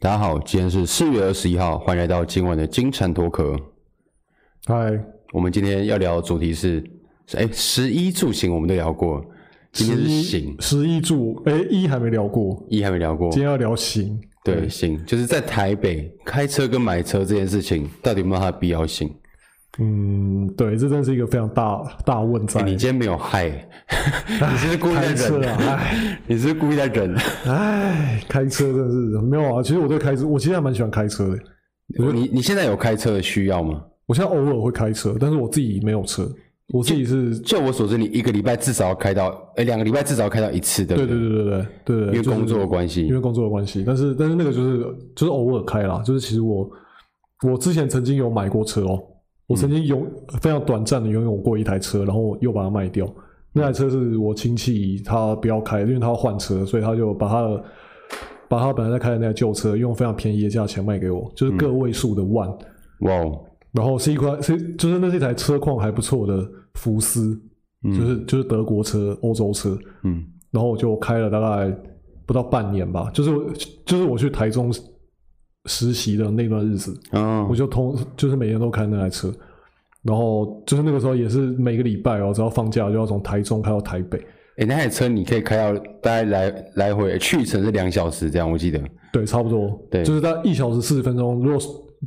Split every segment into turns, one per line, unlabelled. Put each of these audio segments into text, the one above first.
大家好，今天是四月二十一号，欢迎来到今晚的金蝉脱壳。
嗨，
我们今天要聊的主题是，是哎，十一住行我们都聊过，今天是行，哦
十一住，哎，一还没聊过，
一还没聊过。
今天要聊行。
对，行，就是在台北开车跟买车这件事情，到底有没有它的必要性？
嗯，对，这真是一个非常大大问在
哎。你今天没有嗨， 你是不是故意在
开车
忍，
啊，哎
你是不是故意在忍。
哎，开车真的是没有啊。其实我对开车，我其实还蛮喜欢开车的。
你你现在有开车的需要吗？
我现在偶尔会开车，但是我自己没有车，我自己是，
就我所知，你一个礼拜至少要开到，哎，两个礼拜至少要开到一次，对不
对
对？
对对对对对对，
因为
就是
工作的关系，
因为工作的关系，但是但是那个就是就是偶尔开啦，就是其实我我之前曾经有买过车哦，我曾经拥非常短暂的拥有过一台车，然后我又把它卖掉。那台车是我亲戚他不要开，因为他要换车，所以他就把他的把他本来在开的那台旧车用非常便宜的价钱卖给我，就是个位数的万。
哇哦，
然后是一款是就是那是一台车况还不错的福斯，就是就是德国车、欧洲车。
嗯，
然后我就开了大概不到半年吧，就是我就是我去台中实习的那段日子，
嗯
我，就通就是每天都开那台车，然后就是那个时候也是每个礼拜哦，只要放假就要从台中开到台北，
哎、那台车你可以开到大概来来回去程是两小时这样，我记得。
对，差不多，
对
就是大概一小时四十分钟，如果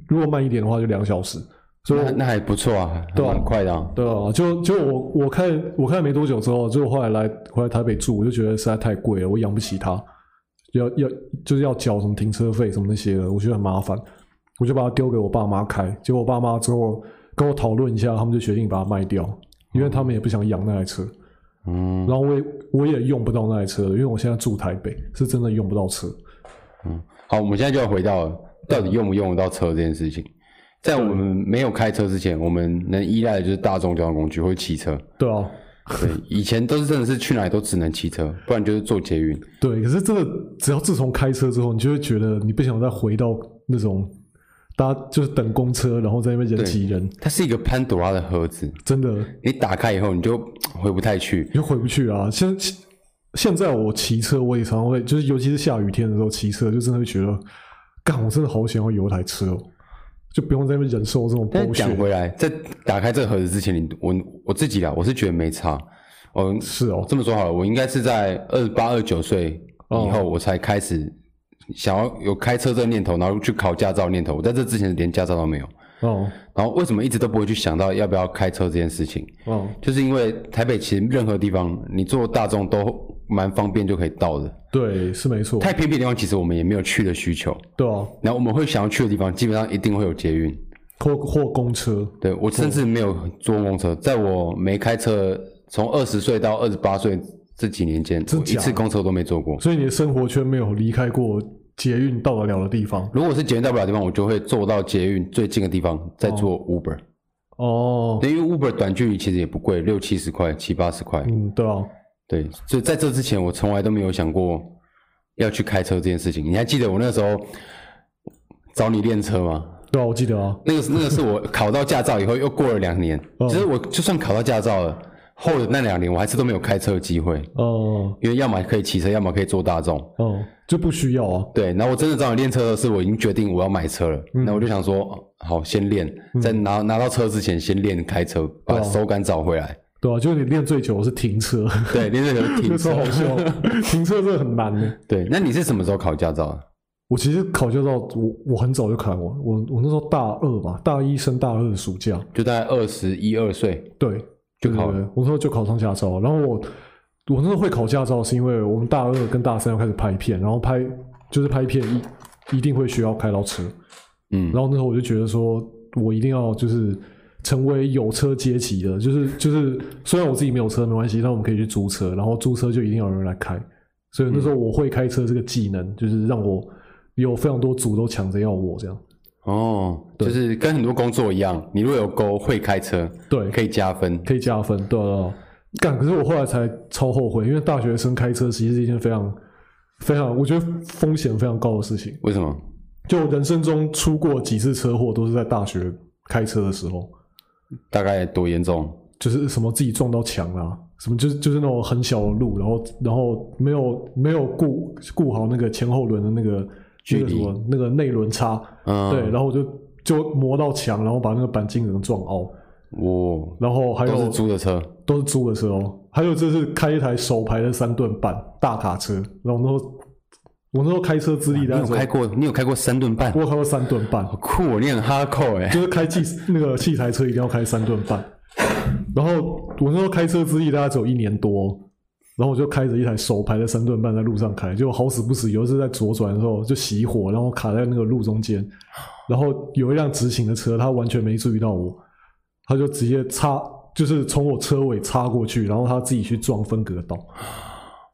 如果慢一点的话就两小时，所以
那那还不错啊，还
对啊
蛮快的、啊。
对啊，就就我我开我开了没多久之后，就后来来回来台北住，我就觉得实在太贵了，我养不起它，要要就是要缴什么停车费什么那些的，我觉得很麻烦，我就把它丢给我爸妈开。结果我爸妈之后跟我讨论一下，他们就决定把它卖掉，因为他们也不想养那台车。
嗯，
然后我也我也用不到那台车，因为我现在住台北，是真的用不到车。
好，我们现在就要回到到底用不用得到车这件事情。在我们没有开车之前，我们能依赖的就是大众交通工具或者骑车。
对啊，
对，以前都是真的是去哪里都只能骑车，不然就是坐捷运。
对，可是真的，只要自从开车之后，你就会觉得你不想再回到那种大家就是等公车，然后在那边人挤人，
它是一个潘朵拉的盒子，
真的
你打开以后你就回不太去
你。就回不去啊。现现在我骑车，我也常常会，就是尤其是下雨天的时候骑车，就真的会觉得，干，我真的好想要有一台车哦，就不用在那边忍受这种
但是
剥
讲
削。
回来，在打开这个盒子之前，你我我自己啊，我是觉得没差。嗯，
是哦，
这么说好了，我应该是在二十八、二九岁以后，我才开始想要有开车这个念头，然后去考驾照的念头。我在这之前连驾照都没有。
哦
然后为什么一直都不会去想到要不要开车这件事情？
哦，
就是因为台北其实任何地方你坐大众都蛮方便就可以到的，
对，是没错，
太偏僻的地方其实我们也没有去的需求。
对啊，
然后我们会想要去的地方，基本上一定会有捷运。
或或公车，
对我甚至没有坐公车，在我没开车，从二十岁到二十八岁这几年间，我一
假的
次公车都没坐过。
所以你的生活圈没有离开过捷运到得了的地方。
如果是捷运到不了的地方，我就会坐到捷运最近的地方，再坐 Uber。
哦，
对因为 Uber 短距离其实也不贵，六七十块、七八十块。
嗯，对啊。
对，所以在这之前，我从来都没有想过要去开车这件事情。你还记得我那时候找你练车吗？
对啊，我记得啊，
那个那个是 我考到驾照以后，又过了两年。
哦
其实我就算考到驾照了，后的那两年我还是都没有开车的机会，
哦、
因为要么可以骑车，要么可以坐大众。
哦、就不需要啊，
对，然后我真的找你练车的是，我已经决定我要买车了。
嗯
那、我就想说，哦好，先练，在拿拿到车之前，先练开车，
哦
把手感找回来。
对啊，就是你练最久的是停车，
对，练这个停
那时
车
候。好笑，停车真的很难的。
对，那你是什么时候考驾照啊？
我其实考驾照，我我很早就考我我我那时候大二吧，大一升大二的暑假，
就大概二十一二岁。
对，
就考了
对对对我那时候就考上驾照，然后我我那时候会考驾照是因为我们大二跟大三要开始拍片，然后拍就是拍片一一定会需要开到车，
嗯，
然后那时候我就觉得说，我一定要就是成为有车阶级的，就是就是虽然我自己没有车没关系，但我们可以去租车，然后租车就一定要有人来开。所以那时
嗯
候我会开车这个技能，就是让我有非常多组都抢着要我这样。
哦，就是跟很多工作一样，你如果有勾会开车，
对，
可以加分。
可以加分，对啊对啊干，可是我后来才超后悔，因为大学生开车其实是一件非常非常，我觉得风险非常高的事情。
为什么？
就我人生中出过几次车祸，都是在大学开车的时候。
大概多严重？
就是什么自己撞到墙啦、什么就是就是那种很小的路，然后然后没有没有顾顾好那个前后轮的那个
距
那个什
离
么那个内轮差，
嗯，
对，然后我就就磨到墙，然后把那个钣金整个撞凹，
我
然后还有
都是租的车，
都是租的车哦。还有就是开一台手排的三吨半大卡车，然后那时候我那时候开车资历
啊你
大概
有
是，
开过，你有开过三吨半
我，有开过三吨半，
好酷哦，你很哈扣哎，
就是开器 那个器材车一定要开三吨半。然后我那时候开车资历大概只有一年多哦，然后我就开着一台手排的三吨半在路上开，就好死不死，有一次在左转的时候就熄火，然后卡在那个路中间，然后有一辆直行的车，他完全没注意到我，他就直接插，就是从我车尾插过去，然后他自己去撞分隔岛，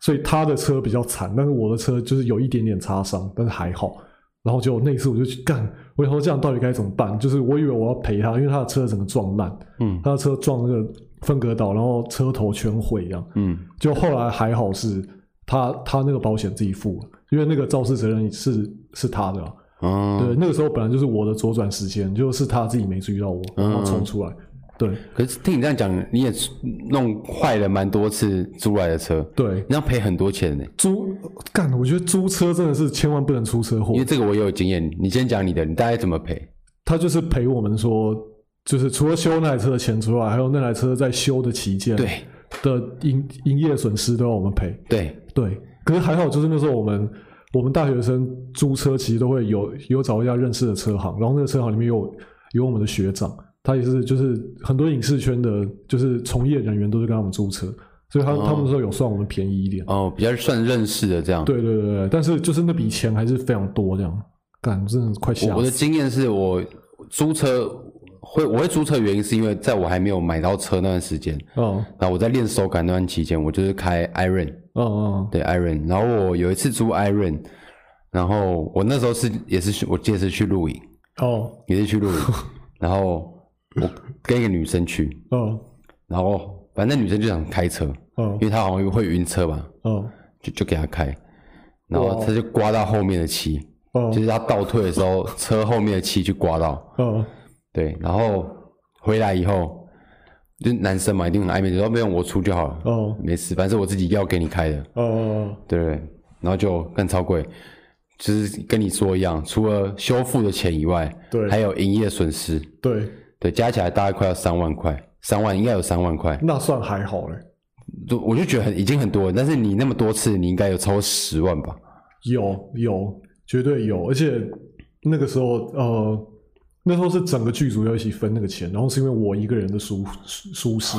所以他的车比较惨，但是我的车就是有一点点擦伤，但是还好。然后就那一次我就去干，我想说这样到底该怎么办？就是我以为我要赔他，因为他的车整个撞烂，
嗯
他的车撞那个分隔岛，然后车头全毁一样。
嗯，
就后来还好是他他那个保险自己付了，因为那个肇事责任是是他的、啊。
哦，
对，那个时候本来就是我的左转时间，就是他自己没注意到我，
嗯
然后冲出来。对
可是听你这样讲，你也弄坏了蛮多次租来的车，
对，
你要赔很多钱呢，
租干，我觉得租车真的是千万不能出车祸
因为。这个我也有经验，你先讲你的，你大概怎么赔？
他就是赔我们说，就是除了修那台车的钱之外，还有那台车在修的期间
对
的营营业损失都要我们赔。
对，
对，可是还好，就是那时候我们我们大学生租车其实都会有有找一家认识的车行，然后那个车行里面有有我们的学长，他也是就是很多影视圈的，就是从业人员都是跟他们租车，所以他、他们那时候有算我们便宜一点。
哦，比较算认识的这样。
对对对对，但是就是那笔钱还是非常多，这样干真的快吓
我我的
死。
经验是啊我租车会我会租车的原因是因为在我还没有买到车那段时间，
哦
然后我在练手感那段期间，我就是开 Iron
哦哦，
对 Iron，然后我有一次租 Iron，然后我那时候是也是去我记得是去露营，
哦
也是去 露营，然后我跟一个女生去，
哦
然后反正那女生就想开车，
哦
因为她好像会晕车吧，
哦
就就给她开，然后
哇
她就刮到后面的漆，
哦
就是她倒退的时候，车后面的漆去刮到。
哦
对，然后回来以后，就是男生嘛，一定很爱面子，说不用我出就好了，
哦
没事，反正我自己要给你开的，
哦
对不对？然后就更超贵，就是跟你说一样，除了修复的钱以外，
对
还有营业损失，
对，
对，加起来大概快要三万块，三万应该有三万块，
那算还好嘞，
就我就觉得很已经很多了，但是你那么多次，你应该有超过十万吧？
有有绝对有，而且那个时候呃。那时候是整个剧组要一起分那个钱，然后是因为我一个人的疏疏疏失，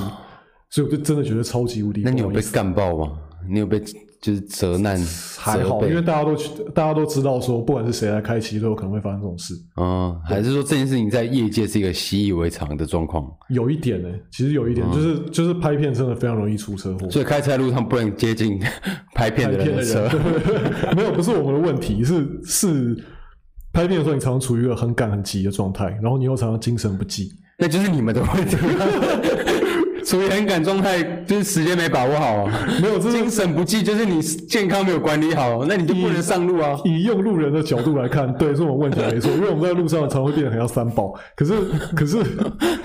所以我就真的觉得超级无敌
那你有
不好意
被
思。
干爆吗？你有被就是责难
还
责
好，因
备
为？大家都去大家都知道说，不管是谁来开期都有可能会发生这种事。
嗯，还是说这件事情在业界是一个习以为常的状况？
有一点呢、其实有一点，
嗯
就是就是拍片真的非常容易出车祸。
所以开车在路上不能接近拍片
拍
的
片
人
的
的车。
人 没有，不是我们的问题，是是拍片的时候你常常处于一个很赶很急的状态，然后你又常常精神不济。
那就是你们的问题。 所以很赶状态，就是时间没把握好、啊，
没有，这是
精神不济，就是你健康没有管理好，那你就不能上路 啊。
以用路人的角度来看，对，是我们问题没错，因为我们在路上常会变得很像三宝。可是可是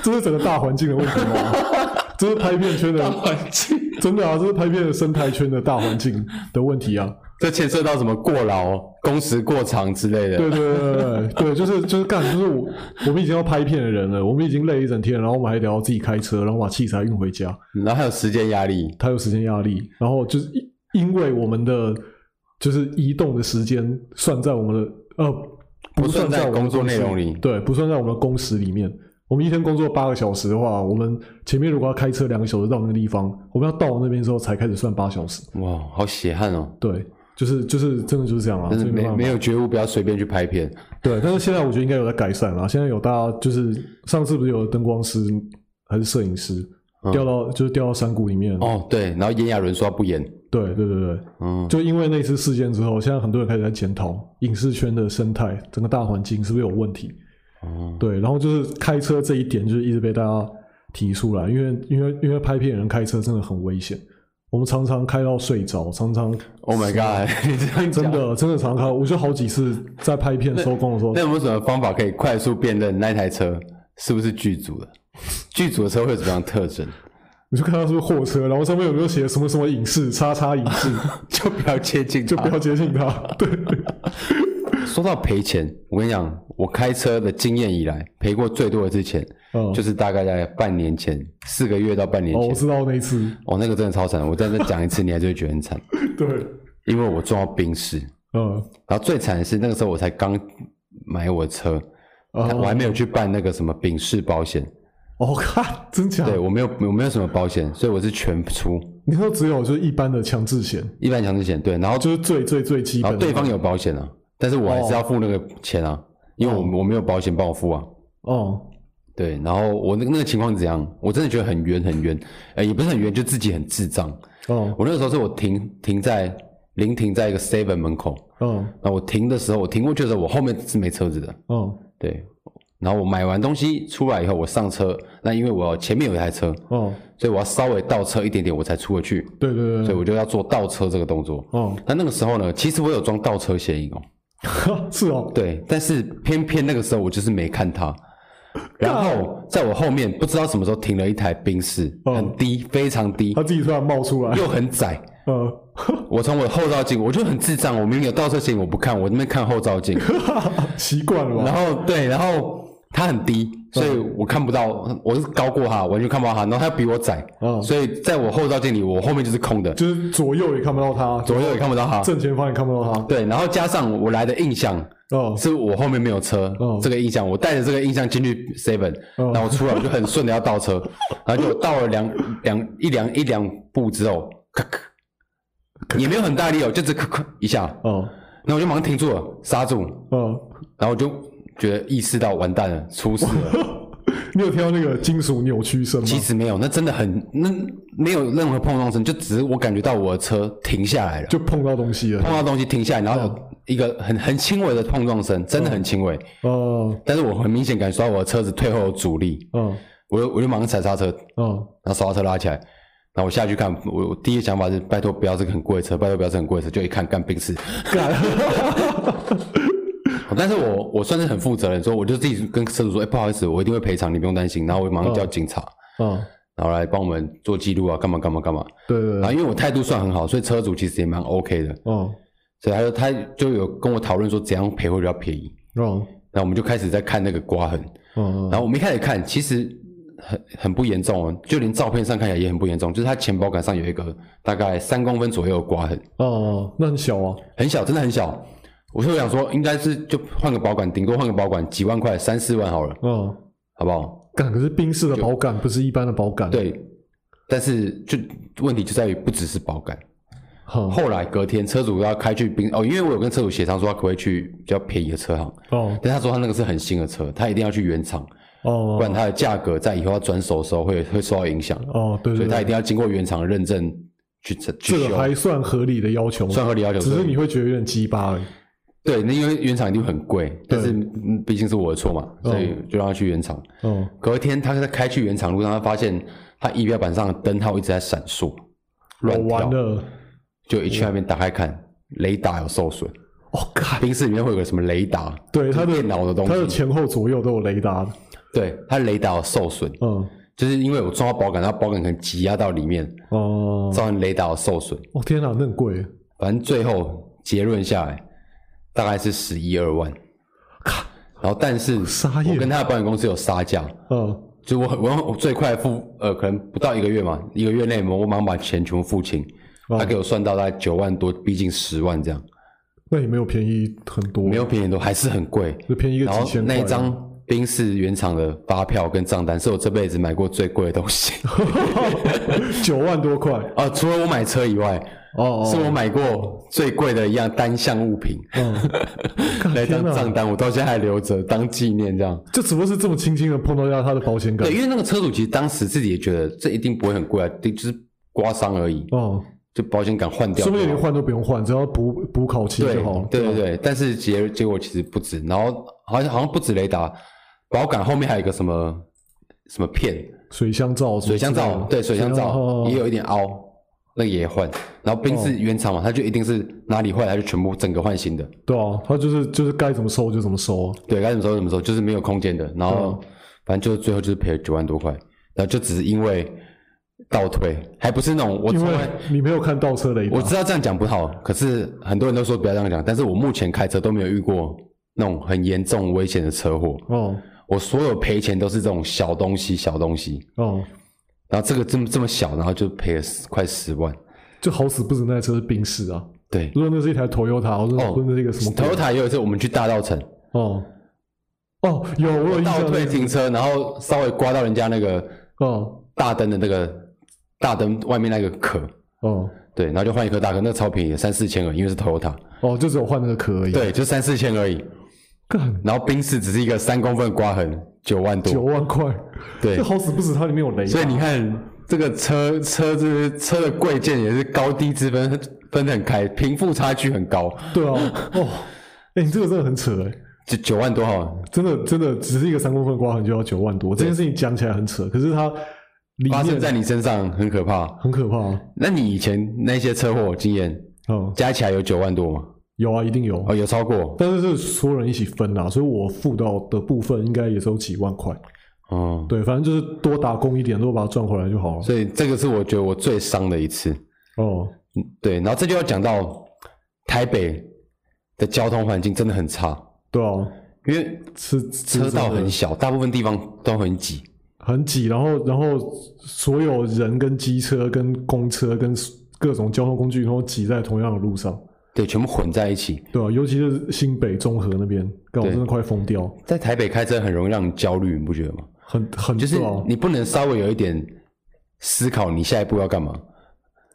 这是整个大环境的问题吗？这是拍片圈的，
环境，
真的啊，这是拍片的生态圈的大环境的问题啊。
这牵涉到什么过劳、工时过长之类的。
对对对对对对，就是就是干，就是我我们已经要拍片的人了，我们已经累一整天，然后我们还得要自己开车，然后把器材运回家，
然后还有时间压力，
他有时间压力，然后就是因因为我们的就是移动的时间算在我们的呃
不算在
在我们的
工作
工时
内容里
对，不算在我们的工时里面。我们一天工作八个小时的话，我们前面如果要开车两个小时到那个地方，我们要到那边之后才开始算八小时。
哇，好血汗哦！
对，就是就是真的就是这样啊，
但是
所以
没
办法
没有觉悟，不要随便去拍片。
对，但是现在我觉得应该有在改善啊啦。现在有大家就是上次不是有灯光师还是摄影师掉到、就是掉到山谷里面？
嗯哦，对，然后炎亚纶说他不演，
对对对对，
嗯，
就因为那次事件之后，现在很多人开始在检讨影视圈的生态，整个大环境是不是有问题？
哦，
对，然后就是开车这一点，就是一直被大家提出来，因为因为因为拍片人开车真的很危险，我们常常开到睡着，常常
Oh my
啊
god！你 这样
真
讲，
的真的常常开到，我就好几次在拍片收工的时候
那，有没有什么方法可以快速辨认那台车是不是剧组的？剧组的车会有什么样的特征？
你就看到是不是货车，然后上面有没有写什么 什么影视叉叉影视，
就不要接近它，
就不要接近它。对，
说到赔钱，我跟你讲，我开车的经验以来，赔过最多一次钱，
嗯，
就是大概在半年前，四个月到半年
哦，我
前。
知道那一次，
哦，那个真的超惨，我真的讲一次，你还是会觉得很惨，
对，
因为我撞到冰室，
嗯，
然后最惨的是那个时候我才刚买我的车，
哦
我还没有去办那个什么丙式保险，
哦，看，真假？
对我没有我没有什么保险，所以我是全出
你说只有就是一般的强制险，
一般强制险，对，然后
就是最最最基
然
本哦
后
的。
对方有保险啊，但是我还是要付那个钱啊，因为我我没有保险帮我付啊。
哦，
对，然后我那个那个情况是怎样？我真的觉得很冤很冤，呃，也不是很冤，就自己很智障。
哦，
我那个时候是我停停在临停在一个 seven 门口，
哦，
那我停的时候，我停过去的时候，我后面是没车子的，
哦，
对。然后我买完东西出来以后，我上车，那因为我前面有一台车，
哦，
所以我要稍微倒车一点点，我才出得去，
对对对
所以
对，
我就要做倒车这个动作。
哦，
那那个时候呢，其实我有装倒车显影哦，
是哦，
对，但是偏偏那个时候我就是没看它，然后在我后面不知道什么时候停了一台宾士，
哦
很低，非常低
他，自己突然冒出来，
又很窄。
呃，
我从我后照镜，我就很智障，我明明有倒车显影，我不看，我那边看后照镜，
习惯了
然
吧？
后对，然后它很低，所以我看不到，我是高过它，完全看不到它，然后它比我窄，
哦
所以在我后照镜里，我后面就是空的，
就是左右也看不到他，
左右也看不到它。
正前方也看不到
对，然后加上我来的印象
他，哦，
是我后面没有车，
嗯
这个印象，我带着这个印象进去 seven，、
嗯
然后我出来我就很顺的要倒车，然后就倒了两两一两一两步之后，咔咔，也没有很大力哦，就只咔咔一下，
哦，
然后我就马上停住了，刹住，
哦，
然后我就觉得意识到完蛋了，出事了。
你有听到那个金属扭曲声吗？
其实没有，那真的很那没有任何碰撞声，就只是我感觉到我的车停下来了，
就碰到东西了
碰，到东西停下来，然后有一个很很轻微的碰撞声，真的很轻微。
哦，
但是我很明显感受到我的车子退后有阻力，
哦，
我就我就马上踩刹车，然
哦，
后手刹车拉起来，然后我下去看，我我第一想法是拜托不要是个很贵的车，拜托不要是很贵的车，就一看干冰室，但是我我算是很负责任，说我就自己跟车主说，哎、不好意思，我一定会赔偿，你不用担心，然后我马上叫警察，
哦，
然后来帮我们做记录啊，干嘛干嘛干嘛，
对对
然后
对，
啊因为我态度算很好，所以车主其实也蛮 OK 的，
哦，
所以他就他就有跟我讨论说怎样赔会比较便宜，
哦，
然后我们就开始在看那个刮痕，
哦，
然后我们一开始看，其实很很不严重哦，就连照片上看起来也很不严重，就是他钱包杆上有一个大概三公分左右的刮痕，
哦，那很小啊，
很小，真的很小。我就想说，应该是就换个保管，顶多换个保管，几万块，三四万好了，
哦。
好不好？
干，可是冰室的保杆不是一般的保杆。，
对，但是就问题就在于不只是保杆。
哦
后来隔天车主要开去冰哦，因为我有跟车主协商说他可不可以去比较便宜的车行，
哦
但他说他那个是很新的车，他一定要去原厂，不
哦
然它的价格在以后要转手的时候会会受到影响。
哦，对
所
对
以他一
对，
定要经过原厂的认证去去
这
修
个，还算合理的要求，
算合理要求。
只
所
是
以
你会觉得有点鸡巴而已。
对，那因为原厂一定很贵，但是嗯毕竟是我的错嘛，所以就让他去原厂。
哦
隔天他在开去原厂路上，他发现他仪表板上的灯号一直在闪烁，
我
乱
哦完
跳，
了，
就一去那边打开看，雷达有受损。
哦干，
冰室里面会有个什么雷达？
对它的
电脑的东
它的
西，
前后左右都有雷达的。
对，它雷达有受损，
嗯
就是因为我撞到保杆，它保杆可能挤压到里面，
哦，
造成雷达有受损。
哦天哪，那很贵。
反正最后结论下来，大概是十一二万。然后，但是
傻眼
我跟他的保险公司有杀价，
嗯
就我我用我最快付呃，可能不到一个月嘛，一个月内我马上把钱全部付清。
哦
他给我算到大概九万多，逼近十万这样，
那也没有便宜很多，
没有便宜多，还是很贵。
就便宜个
然
几
后
千块。
那一张宾士原厂的发票跟账单是我这辈子买过最贵的东西
九万多块。
啊，除了我买车以外，
哦
是
哦，
我买过最贵的一样单项物品。
嗯，干
那
天
张
哪，
账单我到现在还留着当纪念，这样。
就只不过是这么轻轻的碰到一下他的保险杆
对，。因为那个车主其实当时自己也觉得这一定不会很贵啊，就是刮伤而已，
哦，
就保险杆换掉
说
就
不
好。
定连换都不用换，只要补补烤漆
对
就好了。
对对对，但是结结果其实不止，然后好像好像不止雷达，保杆后面还有一个什么什么片，
水箱罩什么
水箱
之类
罩
的，
对水箱罩
哦
也有一点凹，那个也换。然后冰是原厂嘛，它就一定是哪里坏，它就全部整个换新的。
对啊，他就是就是该怎么收就怎么收啊。
对，该怎么收怎么收，就是没
嗯
有空间的。然后反正就最后就是赔了九万多块，然后就只是因为倒退，还不是那种我
因
从
为
来
你没有看倒车雷达
我。知道这样讲不好，可是很多人都说不要这样讲，但是我目前开车都没有遇过那种很严重危险的车祸，
哦
我所有赔钱都是这种小东西小东西，
哦，
然后这个这么这么小，然后就赔了十快十万，
就好死不死那台车是宾士啊。
对。
如果那是一台 Toyota，或者
哦
或者是一个什么鬼
Toyota 也有一次我们去大稻城，
哦哦，有我有印
倒
象
退停车，然后稍微刮到人家那个
哦
大灯的那个大灯外面那个壳，
哦
对，然后就换一颗大壳，那个超便宜的，三四千而已，因为是 Toyota，
哦，就只有换那个壳而已。，
对，就三四千而已。
干
然后冰室只是一个三公分的刮痕，九万
九
多，
万块，
对
这，好死不死它里面有雷达，
所以你看这个车车子车的贵贱也是高低之分分得很开，贫富差距很高，
对啊，哦，哎、你这个真的很扯哎、
就九万多哈，
真的真的只是一个三公分刮痕就要九万多，这件事情讲起来很扯，可是它里
发生
面
在你身上很可怕。
很可怕啊、
那你以前那些车祸经验
哦，
加起来有九万多吗？
有啊，一定有，
哦，有超过
但是是所有人一起分啊，所以我付到的部分应该也是有几万块。
哦，
对，反正就是多打工一点，多把它赚回来就好了。
所以这个是我觉得我最伤的一次。
哦，
嗯对，然后这就要讲到台北的交通环境真的很差，
对啊，
因为
是
车
是
道
真的
很小，大部分地方都很挤。
很挤，然后然后所有人跟机车、跟公车、跟各种交通工具都挤在同样的路上，
对，全部混在一起。
对啊，尤其是新北中和那边，干我
对
真的快疯掉，
在台北开车很容易让你焦虑，你不觉得吗？
很很
就是
对啊
你不能稍微有一点思考你下一步要干嘛，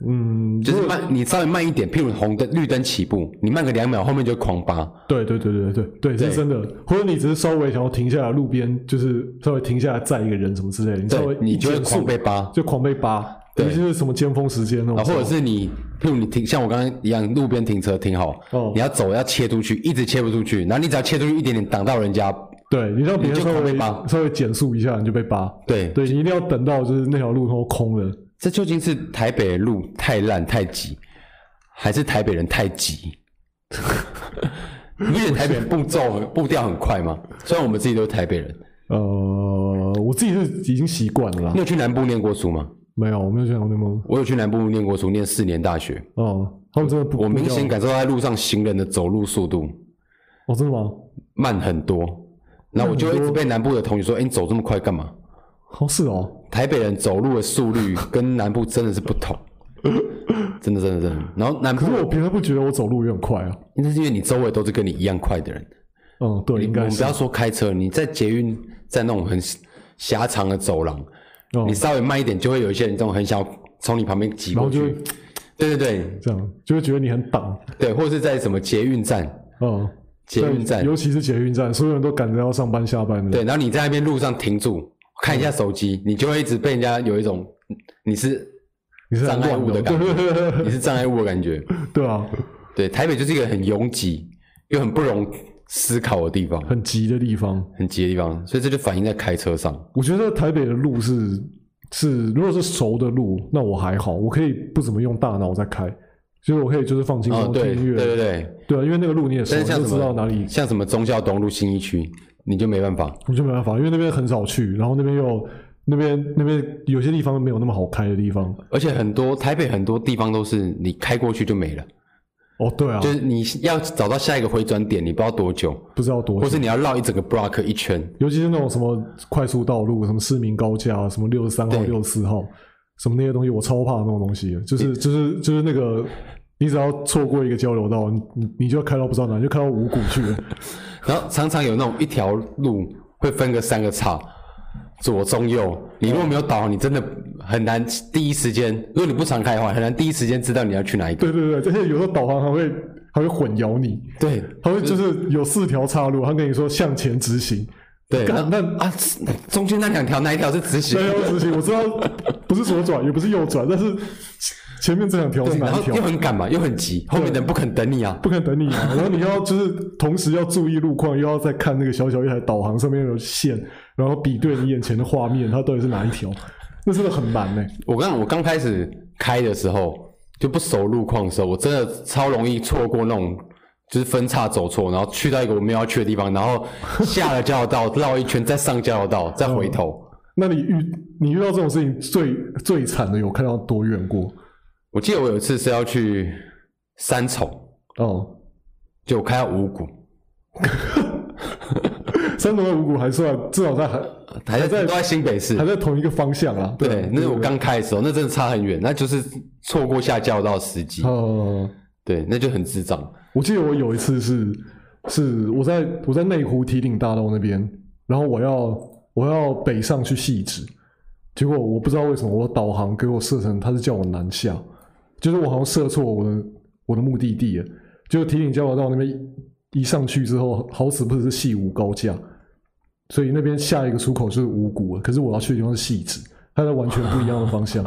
嗯，
就是慢，你稍微慢一点，譬如红灯、绿灯起步，你慢个两秒，后面就狂扒。
对对对对对对，这
对
是真的。或者你只是稍微想要停下来，路边就是稍微停下来载一个人什么之类的，你稍微
对，你就会
一减速
狂被扒。
就狂被扒，
对
尤其是什么尖峰时间那种
啊，
时
或
候，
者是你，譬如你停，像我刚刚一样，路边停车停好，
哦
你要走要切出去，一直切不出去，然后你只要切出去一点点，挡到人家，
对你让别
你
人
就
稍
狂被
微
扒
稍微减速一下，你就被扒。
对，
对你一定要等到就是那条路都空了。
这究竟是台北的路太烂太挤，还是台北人太急？ 你不觉得台北人步骤 步调很快吗？虽然我们自己都是台北人，
呃，我自己是已经习惯了啦
你。有去南部念过书吗？
没有，我没有去过那么
我有去南部念过书，念四年大学，
哦，他们真的不，
我
不
明
要
显感受到在路上行人的走路速度
哦，真的吗？
慢很多，然后我就一直被南部的同学说：“哎，你走这么快干嘛？”
好是哦，
台北人走路的速 率跟南部真的是不同，真的真的真的。然后南部
可，是我平常不觉得我走路也很快啊。
那是因为你周围都是跟你一样快的人。
嗯，对，应
我
该
们
是
不要说开车，你在捷运在那种很狭长的走廊，
哦
你稍微慢一点，就会有一些人这种很想要从你旁边挤
然
过
后就
去
会。
对对对
这样，就会觉得你很挡。
对，或者是在什么捷运站，
嗯，
捷运
对
站
尤其是捷运站，所有人都赶着要上班下班的。
对，然后你在那边路上停住看一下手机，你就会一直被人家有一种你是
你是
障碍物的感
觉，
你是障碍物的感觉。
哦 对啊，
对，台北就是一个很拥挤又很不容思考的地方，
很急的地方。
很挤的地方，所以这就反映在开车上。
我觉得台北的路是是，如果是熟的路，那我还好，我可以不怎么用大脑在开，就是我可以就是放轻
哦
松，听
对
音
对对
乐，
对，
对啊，因为那个路你也熟，
但
你
是像
就
什
知
么
道哪里，
像什么忠孝东路新一区，你就没办法。
我就没办法，因为那边很少去，然后那边又那边那边有些地方没有那么好开的地方。
而且很多台北很多地方都是你开过去就没了，
哦，对啊，
就是你要找到下一个回转点，你不知道多久，
不知道多
或
久，
是你要绕一整个 block 一圈。
尤其是那种什么快速道路，什么市民高架，什么六十三号、
对
六十四号，什么那些东西，我超怕那种东西的，就是就是就是那个。你只要错过一个交流道，你你你就要开到不知道哪，你就开到五谷 去了。
然后常常有那种一条路会分个三个岔，左中右。你如果没有导航，你真的很难第一时间。如果你不常开的话，很难第一时间知道你要去哪一个。
对对对，而且有时候导航还会还会混淆你，
对
它会就是有四条岔路，它跟你说向前直行，
对，
干 那
啊，是中间那两条哪一条是直行
那？要直行，我知道不是左转也不是右转，但是前面这两条是
对，
哪
然
一
后
条
又？很赶嘛，又很急，后面的人不肯等你啊。
不可能等你啊！ 然后你要就是同时要注意路况，又要再看那个小小一台导航上面有线，然后比对你眼前的画面，它到底是哪一 条？那真的很难呢、
我刚我刚开始开的时候就不熟路况的时候，我真的超容易错过那种就是分叉走错，然后去到一个我没有要去的地方，然后下了交流道绕一圈再上交流道再回头。
那你遇你遇到这种事情最最惨的有看到多远过？
我记得我有一次是要去三重，
哦、
就我开到五股，
三重的五谷还算至少在还
还在
在
都在新北市
还。在同一个方向啦。
对，那是我
对啊
刚开的时候，那真的差很远，那就是错过下交道时机。
呃，
对，那就很智障。
我记得我有一次是是我在我在内湖提顶大道那边，然后我要我要北上去汐止，结果我不知道为什么我导航给我设成他是叫我南下，就是我好像设错我的我的目的地了。就提顶交流道那边一一上去之后，好死不死是汐五高架，所以那边下一个出口就是五股了。可是我要去的地方是汐止，它在完全不一样的方向。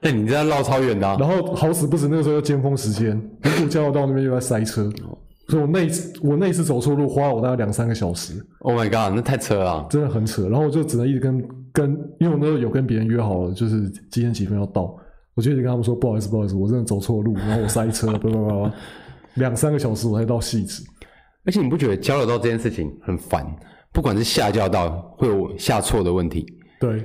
那哎你这样绕超远的、啊，
然后好死不死，那个时候又尖峰时间，五股交流道那边又在塞车，
哦
所以我那一次我那一次走错路，花了我大概两三个小时，
Oh my god，那太扯了啊！
真的很扯。然后我就只能一直跟跟，因为我那时候有跟别人约好了，就是几点几分要到，我就一直跟他们说不好意思，不好意思，我真的走错路，然后我塞车，叭叭叭叭，两三个小时我才到汐止。
而且你不觉得交流道这件事情很烦？不管是下交道会有下错的问题，
对，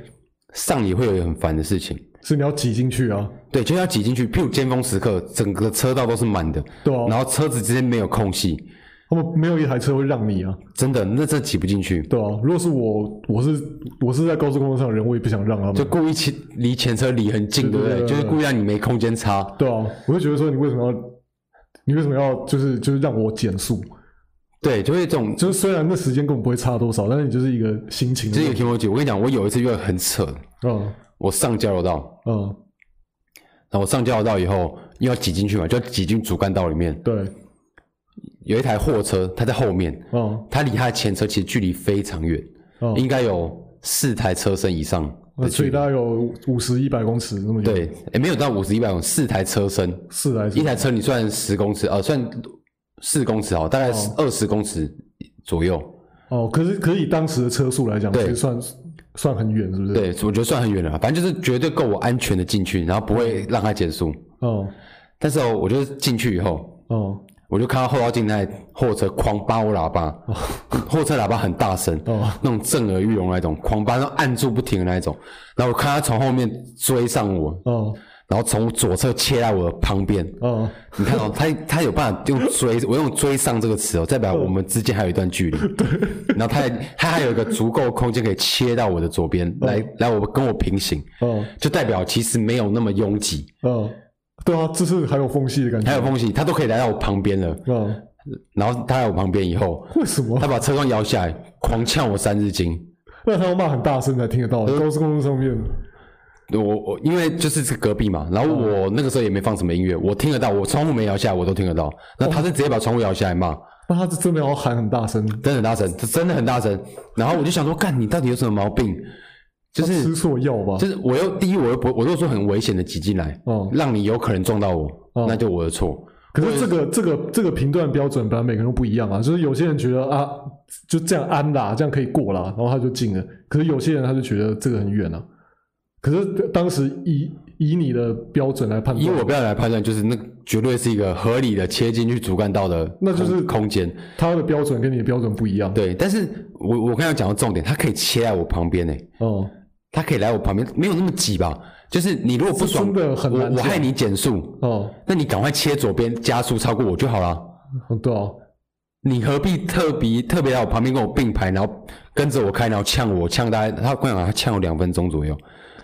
上也会有很烦的事情。
是你要挤进去啊，
对，就要挤进去。譬如尖峰时刻，整个车道都是满的，
对啊
然后车子之间没有空隙，
他们没有一台车会让你啊，
真的，那这挤不进去，
对啊。如果是我，我是我是在高速公路上的人，我也不想让他们，
就故意前离前车离很近，对
对
不对？
对对
就是
对
故意让你没空间差。
对啊，我就觉得说你为什么要，你为什么要就是就是让我减速？
对，就会这种，
就是虽然那时间根本不会差多少，但是你就是一个心情的
这
问
个
题。
题目姐，我跟你讲，我有一次遇到很扯，
嗯
我上交流道，
嗯，
然后我上交流道以后，因为要挤进去嘛，就要挤进主干道里面。
对，
有一台货车，它在后面，
嗯
它离它的前车其实距离非常远，
嗯，
应该有四台车身以上
那
的
所
距
以
离。
大概有五十一百公尺那么远，，
对，诶没有到五十一百，有四台车身，
是啊来
一台车你算十公尺，呃，算四公尺好，大概二十公尺左右。
哦。可是可是以当时的车速来讲，其
对
实算算很远，是不是？，
对，我觉得算很远了啦，反正就是绝对够我安全的进去，然后不会让它减速。
哦
但是哦，我就进去以后，
哦
我就看到后照镜那台货车狂扒我喇叭，货车喇叭很大声，
哦
那种震耳欲聋那种，狂扒，然后按住不停的那一种。然后我看他从后面追上我，
哦
然后从左侧切到我的旁边。
哦，
你看 哦，他他有办法用追，我用追上这个词哦，代表我们之间还有一段 距离。对。然后他还他还有一个足够的空间可以切到我的左边，来来我跟我平行，
哦
就代表其实没有那么拥挤，
哦，对啊，这是还有缝隙的感
还有
觉。
缝隙，他都可以来到我旁边了。
嗯，
然后他来我旁边以后，
为什么
他？把车窗摇下来，狂呛我三字经。
那他要骂很大声才听得到，
呃
高速公路上面。
我我因为就是这隔壁嘛，然后
哦
我那个时候也没放什么音乐，我听得到，我窗户没摇下来，我都听得到。那
哦
他是直接把窗户摇下来骂，
那他是真的要喊很大声，
真的很大声，这真的很大声。然后我就想说，干你到底有什么毛病？就
他吃
是
错药吧？
就是我又第一我又不我如果说很危险的挤进来，
哦
让你有可能撞到我，
哦
那就我的错。
可是这个这个这个评断标准本来每个人都不一样啊，就是有些人觉得啊就这样安啦，这样可以过啦，然后他就进了。可是有些人他就觉得这个很远啊。可是当时以以你的标准来判
以
断，
我标准来判断，就是那绝对是一个合理的切进去主干道的空，
那就是
空间。
他的标准跟你的标准不一样。，
对，但是我我刚才有讲到重点，他可以切在我旁边呢、
哦
他可以来我旁边，没有那么挤吧？就是你如果不爽，
真的很难
我我
讲
害你减速，
哦，
那你赶快切左边加速超过我就好了。
嗯对啊，
你何必特别特别来我旁边跟我并排，然后跟着我开，然后呛我，呛大概他跟我讲他呛我两分钟左右，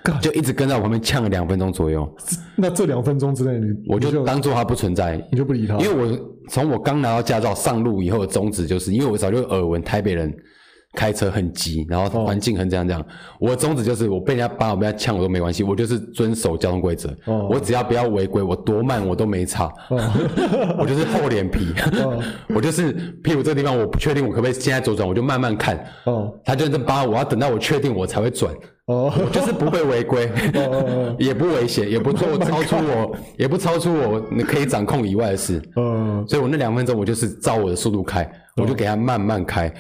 干
就一直跟在我旁边呛了两分钟左右，
那这两分钟之内你
我
你
就
就
当做他不存在，
你就不理他，
因为我从我刚拿到驾照上路以后的宗旨，就是因为我早就耳闻台北人开车很急，然
哦
后环境很这样这样。我的宗旨就是我被人家扒，我被人家呛我都没关系，我就是遵守交通规则。
哦
我只要不要违规，我多慢我都没差。
哦
我就是厚脸皮， 我就是譬如这个地方我不确定我可不可以现在左转，我就慢慢看。
哦
他就是扒我，要等到我确定我才会转，
哦
我就是不会违规，
哦
也不危险，也不做超出我，也不超出我可以掌控以外的事。
呃，
所以我那两分钟我就是照我的速度开，我就给他慢慢开，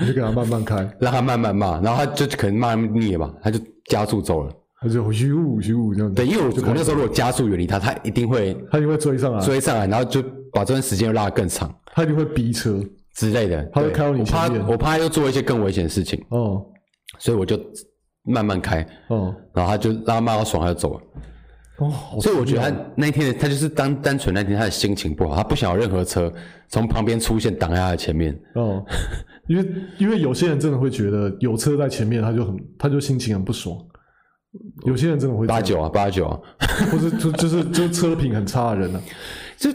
你就给他慢慢开，
让他慢慢骂，然后他就可能骂腻了吧，他就加速走了。
他就咻咻这样子，
对，因为我我那时候如果加速远离他，他一定会
他一定会追上来，
追上来，然后就把这段时间又拉得更长
他一定会逼车。
之类的。
他会
对
开到你
我怕
前面
我怕他又做一些更危险的事情，
哦
所以我就慢慢开，
嗯，
然后他就让他骂到爽，他就走了。
哦，好
哦所以我觉得
刺激
他那一天的他就是单单纯那天他的心情不好，他不想有任何车从旁边出现挡在他的前面。
哦，嗯， 因为因为有些人真的会觉得有车在前面，他就很他就心情很不爽。有些人真的会这
八
样，
九啊，八九啊，
或是就就是就是车品很差的人啊呢、
就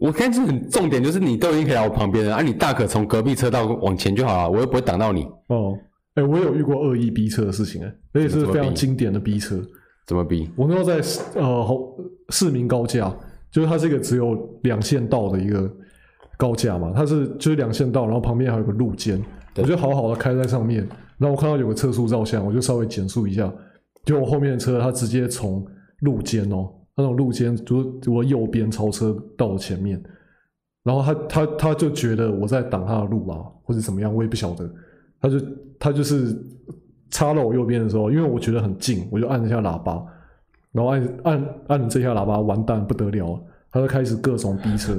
我看这很重点就是你都已经可以来我旁边了，啊，你大可从隔壁车道往前就好了，我又不会挡到你，
哦，哎、我有遇过恶意逼车的事情、哎，而且是非常经典的逼车。
怎么逼？
我那时候在呃红市民高架，就是它是一个只有两线道的一个高架嘛，它是就是两线道，然后旁边还有个路肩，我就好好的开在上面，然后我看到有个测速照相，我就稍微减速一下，结果后面的车它直接从路肩哦，那种路肩就是我右边超车到我前面，然后他他他就觉得我在挡他的路啊，或者怎么样，我也不晓得。他就他就是插到我右边的时候，因为我觉得很近，我就按了一下喇叭，然后按按按了这下喇叭，完蛋不得了了，他就开始各种逼车，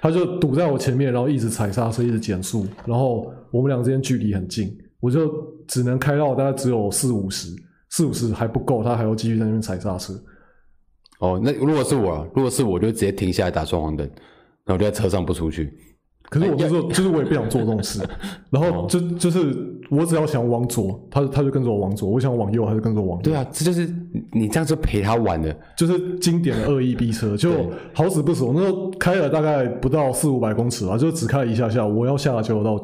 他就堵在我前面，然后一直踩刹车，一直减速，然后我们俩之间距离很近，我就只能开到大概只有四五十，四五十还不够，他还要继续在那边踩刹车。
哦，那如果是我啊，如果是我就直接停下来打双黄灯，然后我就在车上不出去。
可是我那时候就是我也不想做这种事，然后就就是我只要想往左，他他就跟着我往左；我想往右，他就跟着我往右。
对啊，这就是你你这样就陪他玩的，
就是经典的恶意逼车，就好死不死，我那时候开了大概不到四五百公尺吧，就只开了一下下，我要下交流道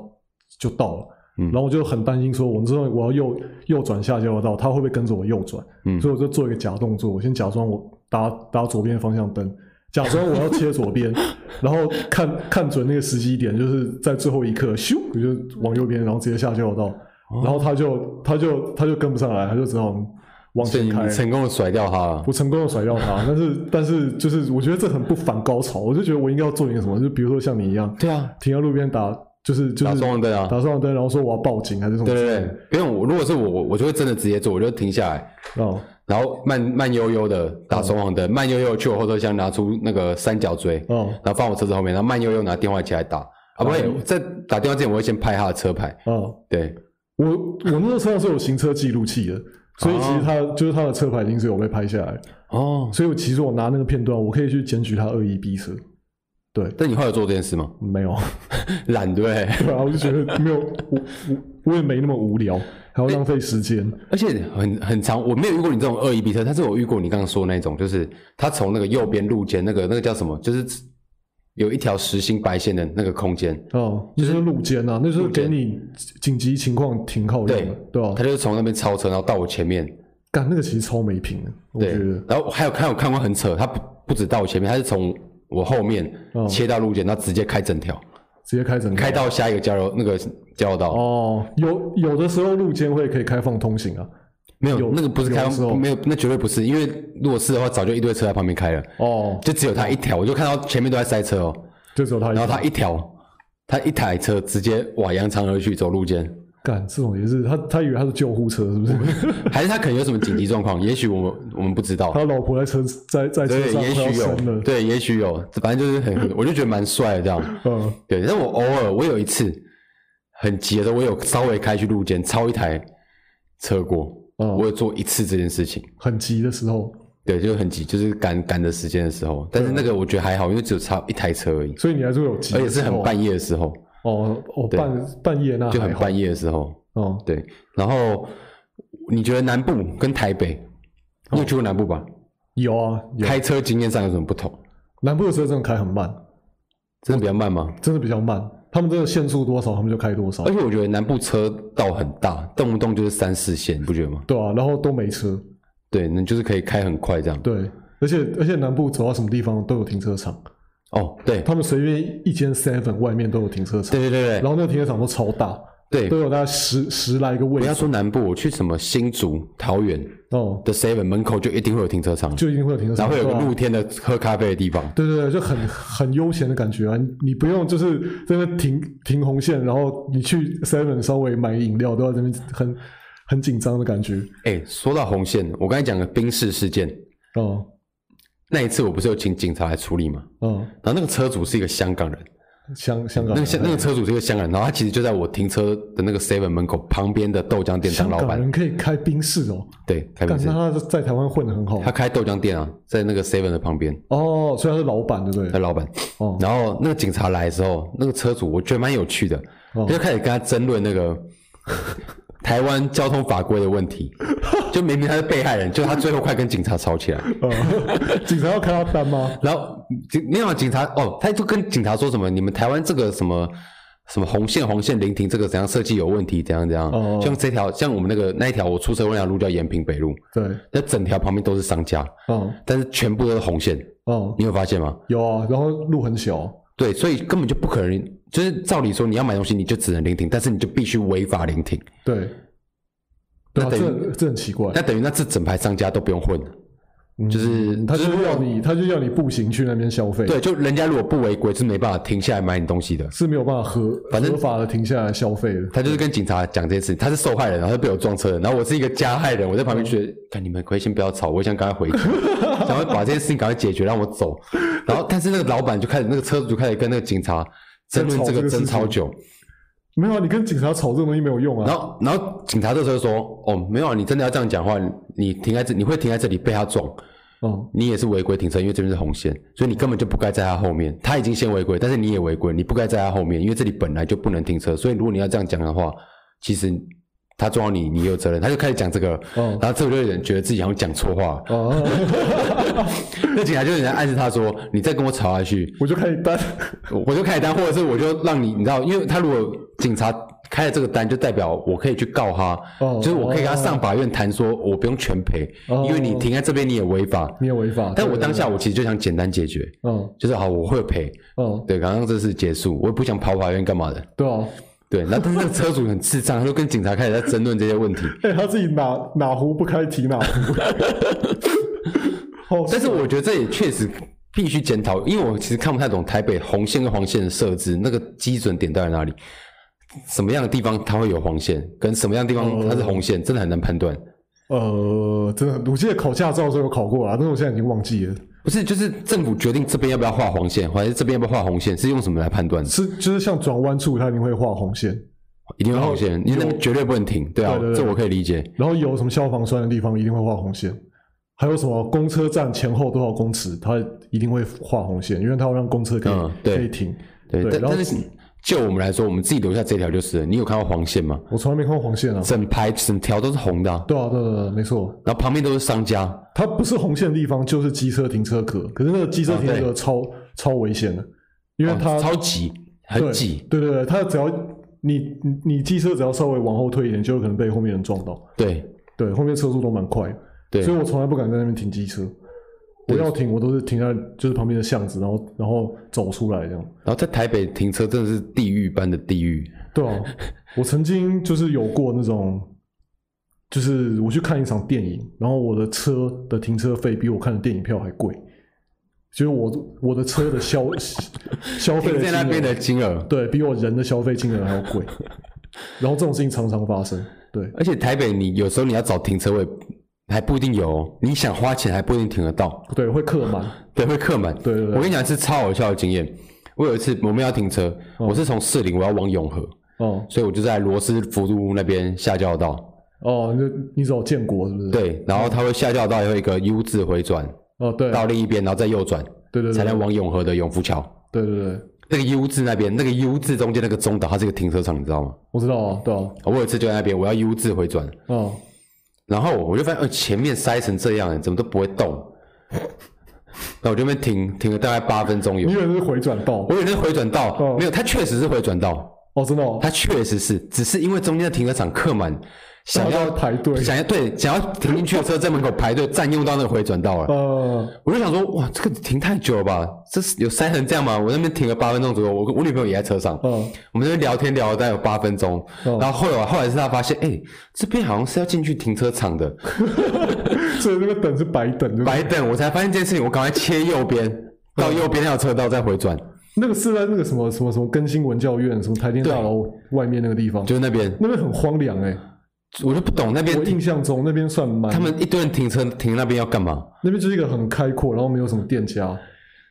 就到了，
嗯
然后我就很担心说，我之后我要右右转下交流道，他会不会跟着我右转？
嗯
所以我就做一个假动作，我先假装我打打左边方向灯。假装我要切 左边，然后看看准那个时机点，就是在最后一刻，咻，我就往右边，然后直接下交流道，
哦
然后他就他就他就跟不上来，他就只好往
所以
前
你
开。
成功的甩掉他了。
我成功的甩掉他，但是但是就是我觉得这很不反高潮，我就觉得我应该要做点什么，就比如说像你一样，
对啊，
停在路边打，就是就
打
是
双黄灯啊。
打双黄灯，然后说我要报警还是什么之
对
类
对
的，
对，不用我，如果是我，我我就会真的直接做，我就停下来，
哦
然后慢慢悠悠的打双黄灯，慢悠悠地去我后车厢拿出那个三角锥，
哦
然后放我车子后面，然后慢悠悠拿电话起来打。啊，不会，在打电话之前我会先拍他的车牌。
哦，
对，
我我那时候车上是有行车记录器的，所以其实他、就是他的车牌已经是有被拍下来，
哦，
所以我其实我拿那个片段，我可以去检举他恶意逼车，对，
但你后来有做这件事吗？
没有，
懒对不对？
对啊，我就觉得没有，我我我也没那么无聊，还要浪费时间，
而且很很长，我没有遇过你这种恶意逼车，但是我遇过你刚刚说的那种，就是他从那个右边路肩那个那个叫什么，就是有一条实心白线的那个空间，
哦，那就是路肩啊，那就是给你紧急情况停靠用的，
对
对吧、
他就是从那边超车，然后到我前面，
干那个其实超没品的，我
对
觉得，
然后还有看我看过很扯，他不不止到我前面，他是从我后面
嗯
切到路肩，然后直接开整条，
直接开整个
开到下一个交流那个交流道，
哦，有有的时候路肩会可以开放通行啊，
没有
有
那个不是开
有的时候
放，没有那绝对不是，因为如果是的话，早就一堆车在旁边开了，
哦，
就只有他一条，我就看到前面都在塞车哦。
就只有他一
然后
台，
他一条，他一台车直接哇扬长而去，走路肩，
干这种也是他他以为他是救护车是 不是？
还是他可能有什么紧急状况？也许我们我们不知道，
他老婆在车在在车
对，
上
也
快要
许
生
有，
了，
对，也许有，反正就是很，我就觉得蛮帅的这样。
嗯，
对，但我偶尔我有一次很急的时候，我有稍微开去路肩超一台车过，
哦
我有做一次这件事情。
很急的时候，
对，就是很急，就是赶赶的时间的时候，但
啊
是那个我觉得还好，因为只有差一台车而已，
所以你还是会有急
而
的
且
时候，
是很半夜的时候，
哦哦半半夜那
就
啊还
很
好，
半夜的时候。
哦，
对，然后你觉得南部跟台北，你有去过南部吧？
有啊哦有，
开车经验上有什么不同？
南部的车真的开很慢，
真的比较慢吗？
真的比较慢，他们真的限速多少他们就开多少
而，且我觉得南部车道很大，动不动就是三四线，你不觉得吗？
对啊，然后都没车，
对，你就是可以开很快这样。
对，而且而且南部走到什么地方都有停车场，
哦，对，
他们随便一间 Seven 外面都有停车场，
对对对
然后那个停车场都超大，
对
都
对。
有大概十十来个位
不要
置
说南部，我去什么新竹、桃园
哦，
的 Seven 门口就一定会有停车场，
就一定会有停车
然
场，
后会有个
对吧啊
露天的喝咖啡的地方。
对对对，就很很悠闲的感觉啊！你你不用就是在那边停停红线，然后你去 Seven 稍微买饮料都要这边很很紧张的感觉
哎，说到红线，我刚才讲的冰室事件，
哦
那一次我不是有请警察来处理吗？
哦
然后那个车主是一个香港人，
香香港
那
人
个
啊
香那个车主是一个香港人，然后他其实就在我停车的那个 seven 门口旁边的豆浆店当
香
老
港
板
人，可以开宾士哦，
对，开
干
宾士，
那他在台湾混的很好
他开豆浆店啊，在那个 seven 的旁边，
哦，所以他是老板对不
那
对？
老板。
哦
然后那个警察来的时候，那个车主我觉得蛮有趣的，
哦
他就开始跟他争论那 个台湾交通法规的问题，就明明他是被害人，就他最后快跟警察吵起来。
呃 警察要开他单吗？
然后警没有警察哦，他就跟警察说什么，你们台湾这个什么什么红线红线临停这个怎样设计有问题，怎样怎样。
哦
像这条像我们那个那一条我出车祸那条路叫延平北路，
对，
那整条旁边都是商家，
哦
但是全部都是红线，
哦，
你有发现吗？
有啊，然后路很小，
对，所以根本就不可能，就是照理说你要买东西你就只能临停，但是你就必须违法临停，
对，对啊，
那等于
这这很奇怪，嗯
那等于那这整排商家都不用混了，就是
他
就是
就要你，他就要你步行去那边消费，
对，就人家如果不违规是没办法停下来买你东西的。
是没有办法合
反正
合法的停下来消费的。
他就是跟警察讲这件事情，他是受害人，然后他被我撞车的，然后我是一个加害人，我在旁
嗯
边觉得，看你们可以先不要吵，我想赶快 回去，想要把这件事情赶快解决，让我走。然后，但是那个老板就开始，那个车主就开始跟那个警察争论
在吵
这
这
个
个
争
事情
超久，
没有啊，你跟警察吵这种东西没有用啊
然。后，然后警察这时候说，哦，没有啊，你真的要这样讲话，你你停在这，你会停在这里被他撞，
哦，
你也是违规停车，因为这边是红线，所以你根本就不该在他后面。他已经先违规，但是你也违规，你不该在他后面，因为这里本来就不能停车。所以如果你要这样讲的话，其实他撞到你，你也有责任。他就开始讲这个，
哦
然后这个就有人觉得自己好像讲错话，
哦，
那警察就有人暗示他说：“你再跟我吵下去，
我就开单。
我我就开单，或者是我就让你，你知道，因为他如果警察开了这个单，就代表我可以去告他，
哦
就是我可以跟他上法院谈，说我不用全赔，
哦
因为你停在这边你也违法。
你也违法。
但我当
哦对，
下我其实就想简单解决，
对对嗯
就是好，我会赔，
嗯，
对，刚刚这事结束，我也不想跑法院干嘛的，
对啊。
对。那但是那个车主很智障，他就跟警察开始在争论这些问题。
哎，他自己哪哪壶不开提哪壶。 哦，
但是我觉得这也确实必须检讨，因为我其实看不太懂台北红线跟黄线的设置，那个基准点到底在哪里？什么样的地方它会有黄线，跟什么样的地方它是红线，真的很难判断。
呃，真的，我记得考驾照的时候有考过啊，但是我现在已经忘记了。
不是，就是政府决定这边要不要画黄线，还是这边要不要画红线，是用什么来判断的？
是，就是像转弯处，他一定会画红线，
一定要红线，因为那边绝对不能停，对啊，
对对对
这我可以理解。
然后有什么消防栓的地方一定会画红线，还有什么公车站前后多少公尺，它一定会画红线，因为它要让公车可以、
嗯对
可以停。
对，
对
但
然后
但是就我们来说，我们自己留下这条就是了。你有看到黄线吗？
我从来没看过黄线啊。
整排整条都是红的啊、
对啊，对对对，没错，
然后旁边都是商家，
它不是红线的地方就是机车停车格，可是那个机车停车
啊
格超、超危险的，因为它、
哦超挤，很
对
挤。
对对对，它只要你你你机车只要稍微往后退一点，就有可能被后面人撞到。
对
对，后面车速都蛮快的，
对
所以我从来不敢在那边停机车。我要停，我都是停在就是旁边的巷子，然后然后走出来这样。
然后在台北停车真的是地狱般的地狱。
对啊， 我曾经就是有过那种，就是我去看一场电影，然后我的车的停车费比我看的电影票还贵，就是我我的车 的消消费
停
的
在那边
金额
的金额，
对比我人的消费金额还要 贵，然后这种事情常常发生。对，
而且台北你有时候你要找停车位还不一定有、哦，你想花钱还不一定停得到，
对，会客满。
对，会客满。
对对对
我跟你讲是超好笑的经验。我有一次我们要停车，
嗯
我是从士林我要往永和，
哦
所以我就在罗斯福路那边下交道，
哦，你你走建国是不是？，
对，然后它会下交道有一个 U 字回转
哦对，
到另一边，然后再右转，
对对
才
对
能往永和的永福桥。
对对对，
那个 U 字那边，那个 U 字中间那个中岛，它是一个停车场，你知道吗？
我知道啊，对啊，
我有一次就在那边，我要 U 字回转，
哦。
然后我就发现，呃，前面塞成这样，怎么都不会动。那我就在那边停停了大概八分钟有
你以，为是回转道
我？有点回转道，
哦
没有，它确实是回转道，
哦，真的哦，
它确实是，只是因为中间的停车场客满，想
大家
要
都在排队
想要对想要停进去的车在门口排队占用到那个回转道了。啊
呃，
我就想说，哇，这个停太久了吧？这是有塞成这样吗？我那边停了八分钟左右，我跟我女朋友也在车上，
嗯
我们那边聊天聊了大概有八分钟，
嗯
然后后来后来是她发现，哎、这边好像是要进去停车场 的，
所以那个等是白等，对不对？
白等，我才发现这件事情，我赶快切右边，
哦
到右边那条车道再回转，
那个是在那个什么什么什么更新文教院什么台电大楼外面那个地方，
就是那边，
那边很荒凉哎、
我就不懂那边
我
停，
印象中那边算蛮，
他们一堆人停车停那边要干嘛？
那边就是一个很开阔，然后没有什么店家，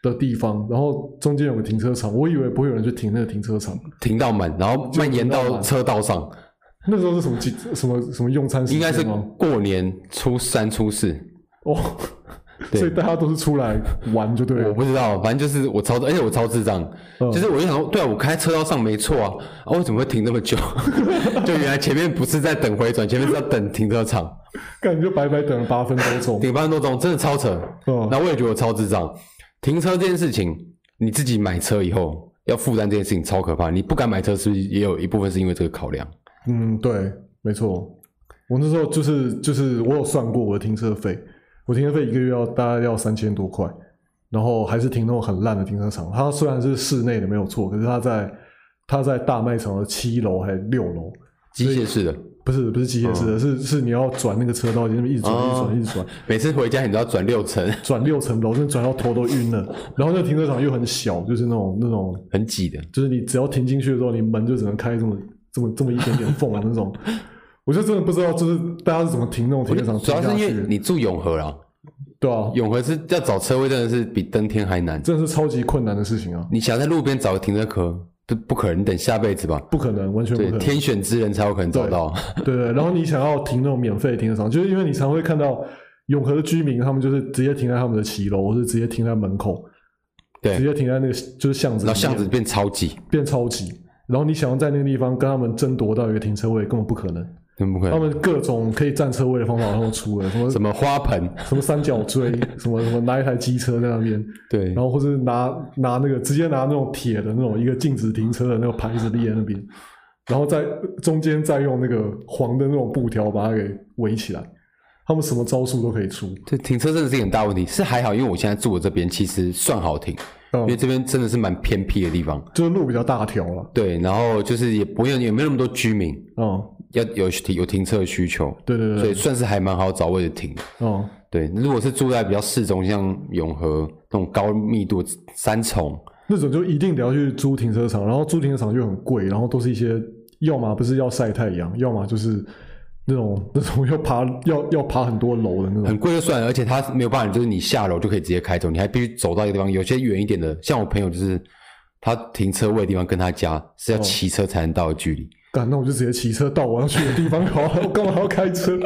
的地方，然后中间有个停车场，我以为不会有人去停那个停车场。
停到满，然后蔓延
就停到
到
满
车道上，
那时候是什么季什么什么用餐时
应
间
该
吗？
是过年初三初四，
哦，
对
所以大家都是出来玩就对
我
了。
不知道，反正就是我超，而且我超智障，
嗯
就是我就想说，对啊，我开车道上没错啊，啊，为什么会停这么久？ 就原来前面不是在等回转，前面是要等停车场，
感觉就白白等了八分多钟。
顶班多钟，真的超扯。
嗯
那、，我也觉得我超智障，停车这件事情，你自己买车以后要负担这件事情超可怕，你不敢买车是不是也有一部分是因为这个考量？
嗯，对，没错。我那时候就是就是我有算过我的停车费，我停车费一个月要大概要三千多块，然后还是停那种很烂的停车场。它虽然是室内的没有错，可是它在它在大卖场的七楼还是六楼，
机械式的，
不是不是机械式的，是是你要转那个车道，就是一直转一直
哦
转一直转，
每次回家你都要转六层，
转六层楼，真的转到头都晕了。然后那个停车场又很小，就是那种那种
很挤的。
就是你只要停进去的时候，你门就只能开这么这么这么一点点缝的啊 那种。我就真的不知道，就是大家是怎么停那种停车场
主要
停下
是因
去
为
的，
你住永和啦，
对啊，
永和是要找车位真的是比登天还难。
真的是超级困难的事情啊，
你想在路边找个停车壳，不不可能，你等下辈子吧。
不可能，完全不
对
可，能，
天选之人才有可能找到。
对对。然后你想要停那种免费的停车场，就是因为你常会看到永和的居民，他们就是直接停在他们的骑楼，或是直接停在门口，
对
直接停在那个就是巷子里
然后
面，
巷子变超挤，
变超级。然后你想要在那个地方跟他们争夺到一个停车位，根本不可能。
真不可
他
能。
们各种可以占车位的方法都出了，什么
什么花盆？
什么三角锥，什么什么拿一台机车在那边，
对
然，后或是拿拿那个直接拿那种铁的那种一个禁止停车的那个牌子立在那边，然后在中间再用那个黄的那种布条把它给围起来，他们什么招数都可以出。
对，停车真的是一个很大问题。是还好，因为我现在住的这边其实算好停，因为
嗯，
这边真的是蛮偏僻的地方。
就是路比较大条了。
对，然后就是也不用也没有那么多居民，
嗯，
要有停有停车的需求，
对对
所以
对，
算是还蛮好找位置停的。
嗯，
对，如果是住在比较市中，像永和那种高密度三重，
那种就一定得要去租停车场，然后租停车场就很贵，然后都是一些要么不是要晒太阳，要么就是那种那种要爬要要爬很多楼的那种。
很贵就算了，而且它没有办法，就是你下楼就可以直接开走，你还必须走到一个地方。有些远一点的，像我朋友就是他停车位的地方跟他家是要骑车才能到的距离，
干，那我就直接骑车到我要去的地方就好了，我 干嘛还要开车？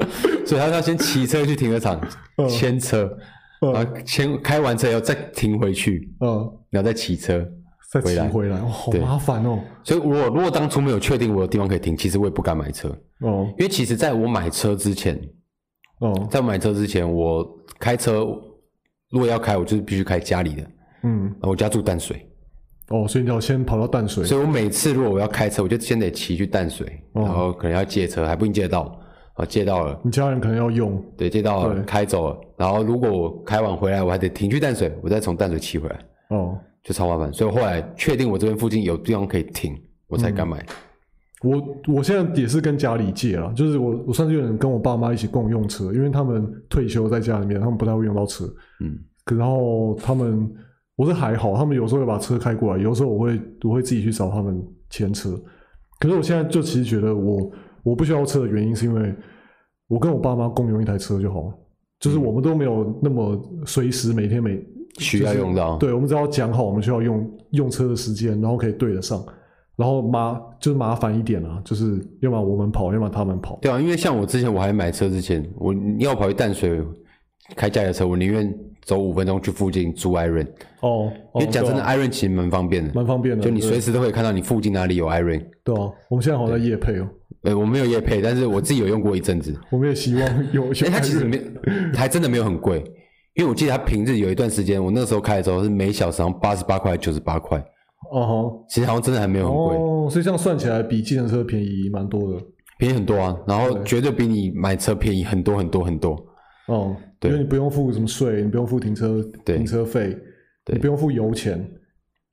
所以他要先骑车去停车场
嗯
牵车，
嗯
然后牵开完车以后再停回去，
呃，
然后再骑车。
再骑
回来
回来，哦，好
对
麻烦哦。
所以我如果当初没有确定我有地方可以停，其实我也不敢买车，
哦
因为其实在我买车之前，
哦，
在我买车之前，我开车如果要开，我就是必须开家里的，
嗯，
我家住淡水。
哦，所以你要先跑到淡水。
所以我每次如果我要开车，我就先得骑去淡水，
哦
然后可能要借车，还不一定借到，啊，借到了，
你家人可能要用，
对，借到了，
对
开走了，然后如果我开完回来，我还得停去淡水，我再从淡水骑回来，
哦，
就超麻烦。所以我后来确定我这边附近有地方可以停，我才
嗯
敢买。
我我现在也是跟家里借了，就是我我算是有点跟我爸妈一起共用车，因为他们退休在家里面，他们不太会用到车。
嗯，
可然后他们我是还好，他们有时候会把车开过来，有时候我会我会自己去找他们牵车。可是我现在就其实觉得我我不需要车的原因是因为我跟我爸妈共用一台车就好了，就是我们都没有那么随时每天每
需要用到，
对，我们只要讲好我们需要用用车的时间，然后可以对得上，然后麻就是麻烦一点啊，就是要么我们跑，要么他们跑。
对啊，因为像我之前我还买车之前，我要跑去淡水开家里的车，我宁愿走五分钟去附近租 Iron，、
哦，
因为讲真
对
的
啊
，Iron 其实蛮方便的，
蛮方便的，
就你
对
随时都可以看到你附近哪里有 Iron。
对啊，我们现在好像在夜配哦，
呃，我没有夜配，但是我自己有用过一阵子。
我们也希望有 有
哎、它其实没，还真的没有很贵，因为我记得它平日有一段时间，我那时候开的时候是每小时好像八十八块、九十八块，
哦
其实好像真的还没有
哈，
很贵，
哦，所以这样算起来比计程车便宜蛮多的
便宜很多啊。然后绝对比你买车便宜很多很多很多。
哦，
对
因为你不用付什么税，你不用付停车
对
停车费，
对
你不用付油钱，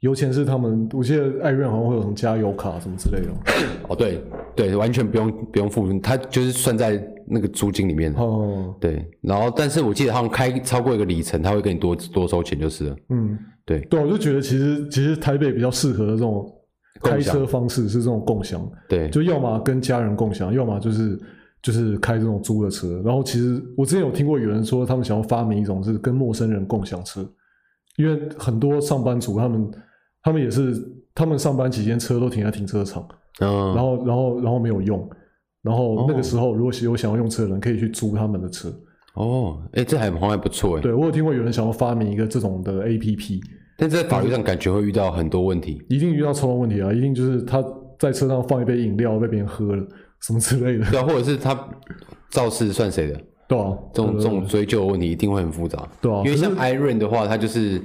油钱是他们，我记得爱苑好像会有什么加油卡什么之类的，
哦，对对，完全不用不用付，它就是算在那个租金里面。
哦，
对，然后但是我记得好像开超过一个里程，他会给你多多收钱就是了。
嗯。
对，
对，我就觉得其实其实台北比较适合的这种
共
开
享
车方式是这种共享，
对，
就要么跟家人共享，要么就是就是开这种租的车。然后其实我之前有听过有人说，他们想要发明一种是跟陌生人共享车，因为很多上班族他们他们也是他们上班期间车都停在停车场，
嗯，
然后然后然后没有用，然后那个时候如果有想要用车的人，可以去租他们的车。
哦，哎、这还好像还不错哎，
对我有听过有人想要发明一个这种的 APP，
但在法律上感觉会遇到很多问题。
一定遇到超多问题啊，一定就是他在车上放一杯饮料被别人喝了什么之类的，
对啊，或者是他肇事算谁的？
对啊，
这种
对
这种追究的问题一定会很复杂。
对啊
因为像 Iron 的话，他就是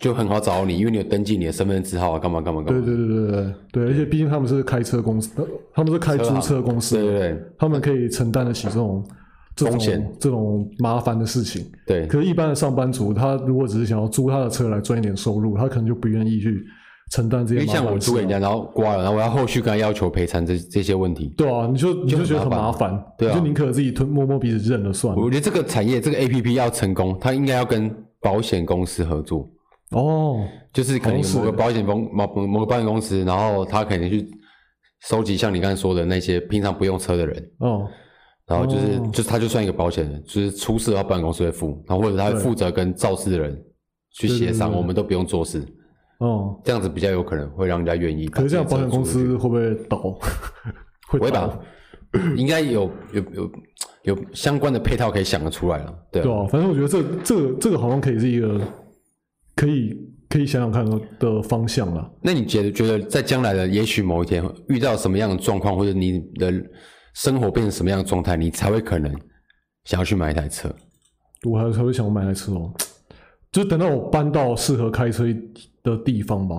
就很好找你，因为你有登记你的身份证字号啊，干嘛干嘛干
对
嘛。
对对对对对，而且毕竟他们是开车公司，呃他们是开租车公司，
对对对
他们可以承担得起这种这
风
种
险
这种麻烦的事情。
对
可是，一般的上班族，他如果只是想要租他的车来赚一点收入，他可能就不愿意去承担这
因
些
为
麻烦
像
的
我
事
租给人
啊。
家，然后刮了，然后我要后续跟他要求赔偿这这些问题。
对啊，你就你就觉得很麻烦，
对啊
你就宁可自己吞摸摸鼻子认了算了。
我觉得这个产业这个 A P P 要成功，它应该要跟保险公司合作，
哦，
就是可能有
好像
某
是
个保险公某某某个保险公司，然后他可能去收集像你刚才说的那些平常不用车的人，
哦，
然后就是、
哦
就他就算一个保险人，就是出事的话保险公司会付，然后或者他会
对
负责跟肇事的人去
对对
协商，
对
我们都不用做事，
哦，
这样子比较有可能会让人家愿意把
可
自
是
己
这
的
样
车出去。
保险公司会不会倒？ 会
不会
倒
吧？ 应该有有有有相关的配套可以想得出来了，对啊
对啊，反正我觉得这这个这个好像可以是一个可以可以想想看的方向啦。
那你觉得觉得在将来的也许某一天遇到什么样的状况，或者你的生活变成什么样的状态，你才会可能想要去买一台车？
我还还会想买台车哦，就等到我搬到适合开车的地方吧。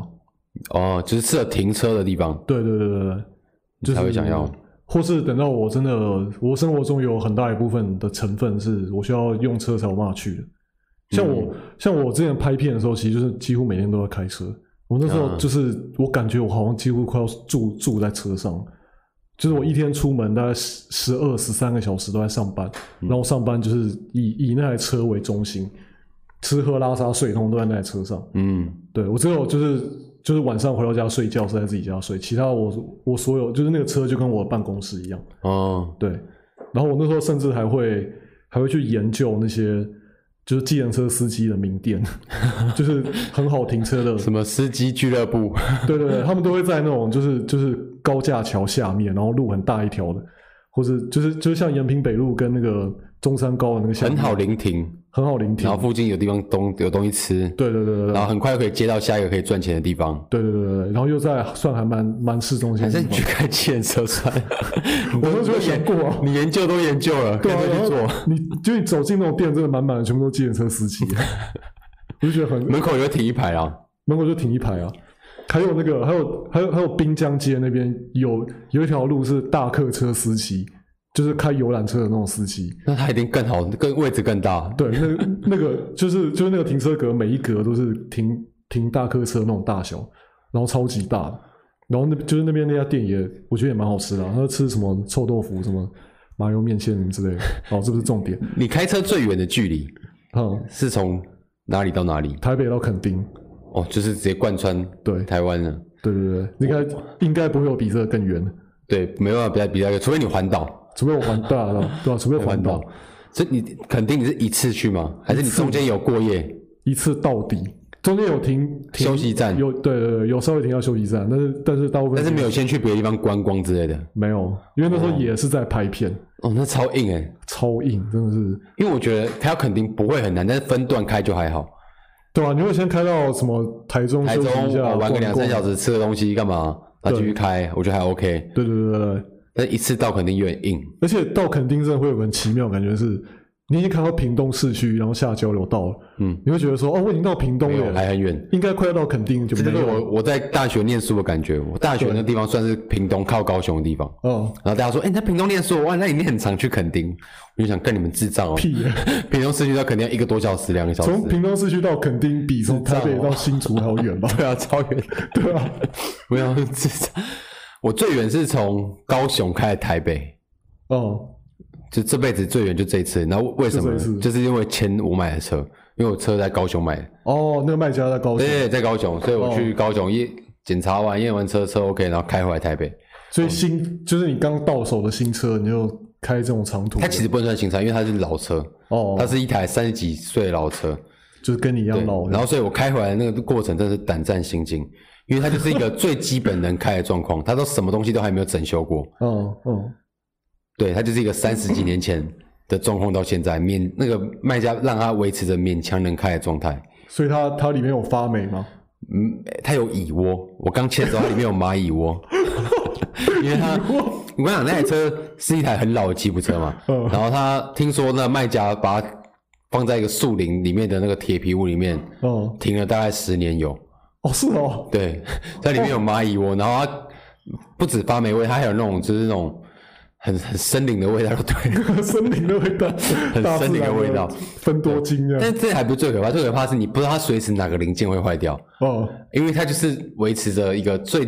哦，就是适合停车的地方，
对对对对对，就是
才会想要，
或是等到我真的我生活中有很大一部分的成分是我需要用车才有办法去的。像我、
嗯
像我之前拍片的时候，其实就是几乎每天都在开车。我那时候
嗯
就是、我感觉我好像几乎快要住住在车上，就是我一天出门大概十十二十三个小时都在上班，
嗯
然后上班就是以以那台车为中心，吃喝拉撒睡通通都在那台车上。
嗯，
对我只有就是就是晚上回到家睡觉是在自己家睡，其他我我所有就是那个车就跟我的办公室一样，
哦，
对。然后我那时候甚至还会还会去研究那些就是计程车司机的名店， 就是很好停车的，
什么司机俱乐部？
对对对，他们都会在那种就是就是高架桥下面，然后路很大一条的，或是就是就是像延平北路跟那个中山高的那个下
很
面
好聆听，
很好聆听
然，后附近有地方东有东西吃，
对啊对对对
然
对
后很快可以接到下一个可以赚钱的地方。
对对对对，然后又在算还蛮蛮市中心
还
的地
是
方，
你去开汽车算 了，我
我那时候想过啊
你研究都研究了，
对
干
啊，
脆
然
去做。
后你 就你走进那种店，真的满满的全部都计程车 司机，我就觉得很
门口有停一排啊，
门口就停一排啊。还有那个，还有还有还有滨江街那边有有一条路是大客车司机，就是开游览车的那种司机。
那它一定更好，更位置更大。
对，那 个那个就是就是那个停车格，每一格都是停停大客车那种大小，然后超级大的。然后那就是那边那家店也，我觉得也蛮好吃的、啊，他吃什么臭豆腐、什么麻油面线什么之类的。哦，这不是重点。
你开车最远的距离
嗯，
是从哪里到哪里？
台北到垦丁，
哦，就是直接贯穿
对
台湾了。
对对对，应该应该不会有比这个更远的，
对，没办法比较比较远，除非你环岛，
除非我环大 了，对吧、啊除非我环岛
所以你肯定你是一次去吗？还是你中间有过夜？
一次到底，中间有停停
休息站
有对对对，有稍微停到休息站，但是但是大部分
但是没有先去别的地方观光之类的。
没有，因为那时候也是在拍片，
哦，那超硬哎、
超硬，真的是，
因为我觉得开到垦丁不会很难，但是分段开就还好。
对啊，你会先开到什么台中
台
休
中
息一下，
我玩个两三小
时，
时，吃个东西干嘛，然后继续
对
开，我觉得还 OK。
对对对对对，
但一次到垦丁有点硬，
而且到垦丁真的会有个很奇妙的感觉是。你已经开到屏东市区，然后下交流道了，
嗯，
你会觉得说，哦，我已经到屏东
没有
了，
还很远。
应该快要到垦丁，就
这
没
就是
有
我
了，
我在大学念书的感觉。我大学那地方算是屏东靠高雄的地方，
哦，
然后大家说，哎、你在屏东念书，哇，那你很常去垦丁。我就想跟你们智障哦、
屁耶
屏东市区到垦丁要一个多小时，两个小时。
从屏东市区到垦丁比从台北
哦
到新竹还要远吧
？对 啊，超远。
对啊，
没有智障。我最远是从高雄开来台北，
哦，
就这辈子最远就这一次。然后为什么
就这一
呢？
次
就是因为前我买的车，因为我车在高雄买的，
哦，那个卖家在高雄，哦
对，在高雄，所以我去高雄验检查完验完车车 OK，然后开回来台北。
所以新就是你刚到手的新车，你就开这种长途的，
它其实不能算新车，因为它是老车。
哦，
它是一台三十几岁的老车，
就是跟你一样
对
老，，
然后所以我开回来那个过程真的是胆战心惊，因为它就是一个最基本能开的状况，它都什么东西都还没有整修过，
嗯嗯，
对，它就是一个三十几年前的状况到现在，勉那个卖家让它维持着勉强能开的状态。
所以它它里面有发霉吗？
嗯，它有蚁窝，我刚切的时候它里面有蚂蚁窝，因为它，我跟你讲那台车是一台很老的吉普车嘛，
嗯
然后他听说那卖家把它放在一个树林里面的那个铁皮屋里面
嗯，
停了大概十年有，
哦是哦，
对， 在里面有蚂蚁窝，然后它不止发霉味，它还有那种就是那种很很森林的味道，对 了。
森林的味道，
很
大
森
自
林的
然
味道
芬多精啊，
但这还不是最可怕，最可怕是你不知道它随时哪个零件会坏掉，
哦
因为它就是维持着一个最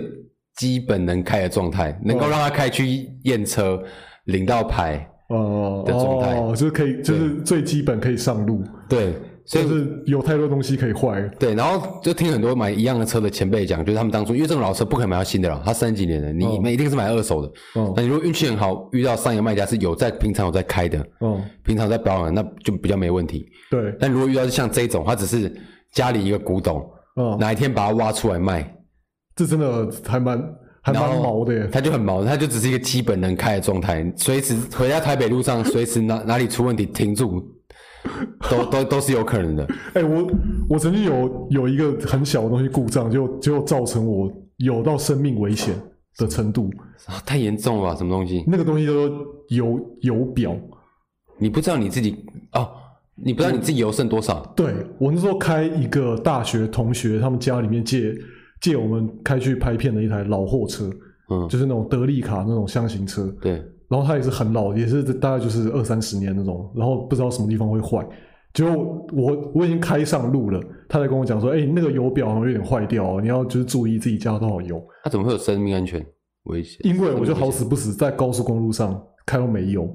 基本能开的状态，能够让它开去验车、领到牌，
哦
的状态
哦，就是可以，就是最基本可以上路，
对，所以
就是有太多东西可以坏了，
对，然后就听很多买一样的车的前辈讲，就是他们当初因为这种老车不可能买到新的了，它三十几年了，你
嗯
们一定是买二手的。
嗯
那你如果运气很好，遇到上一个卖家是有在平常有在开的，
哦，
平常有在保养的，那就比较没问题。
对，
但如果遇到像这种，他只是家里一个古董，
哦，
哪一天把它挖出来卖，
这真的还蛮还
然
蛮
后
毛的耶，
他就很毛，他就只是一个基本能开的状态，随时回家台北路上，随时哪哪里出问题停住，都 都都是有可能的。
哎、我我曾经有有一个很小的东西故障，就就造成我有到生命危险的程度。
啊太严重了吧，什么东西？
那个东西叫做油油表，
你不知道你自己哦，你不知道你自己油剩多少，
对我那时候开一个大学同学他们家里面借借我们开去拍片的一台老货车，
嗯，
就是那种德利卡那种箱型车，
对，
然后它也是很老，也是大概就是二三十年那种，然后不知道什么地方会坏。结果我我已经开上路了，他才跟我讲说，哎、那个油表好像有点坏掉哦，你要就是注意自己加多少油。
那、啊怎么会有生命安全危险？
因为我就好死不死在高速公路上开到没油，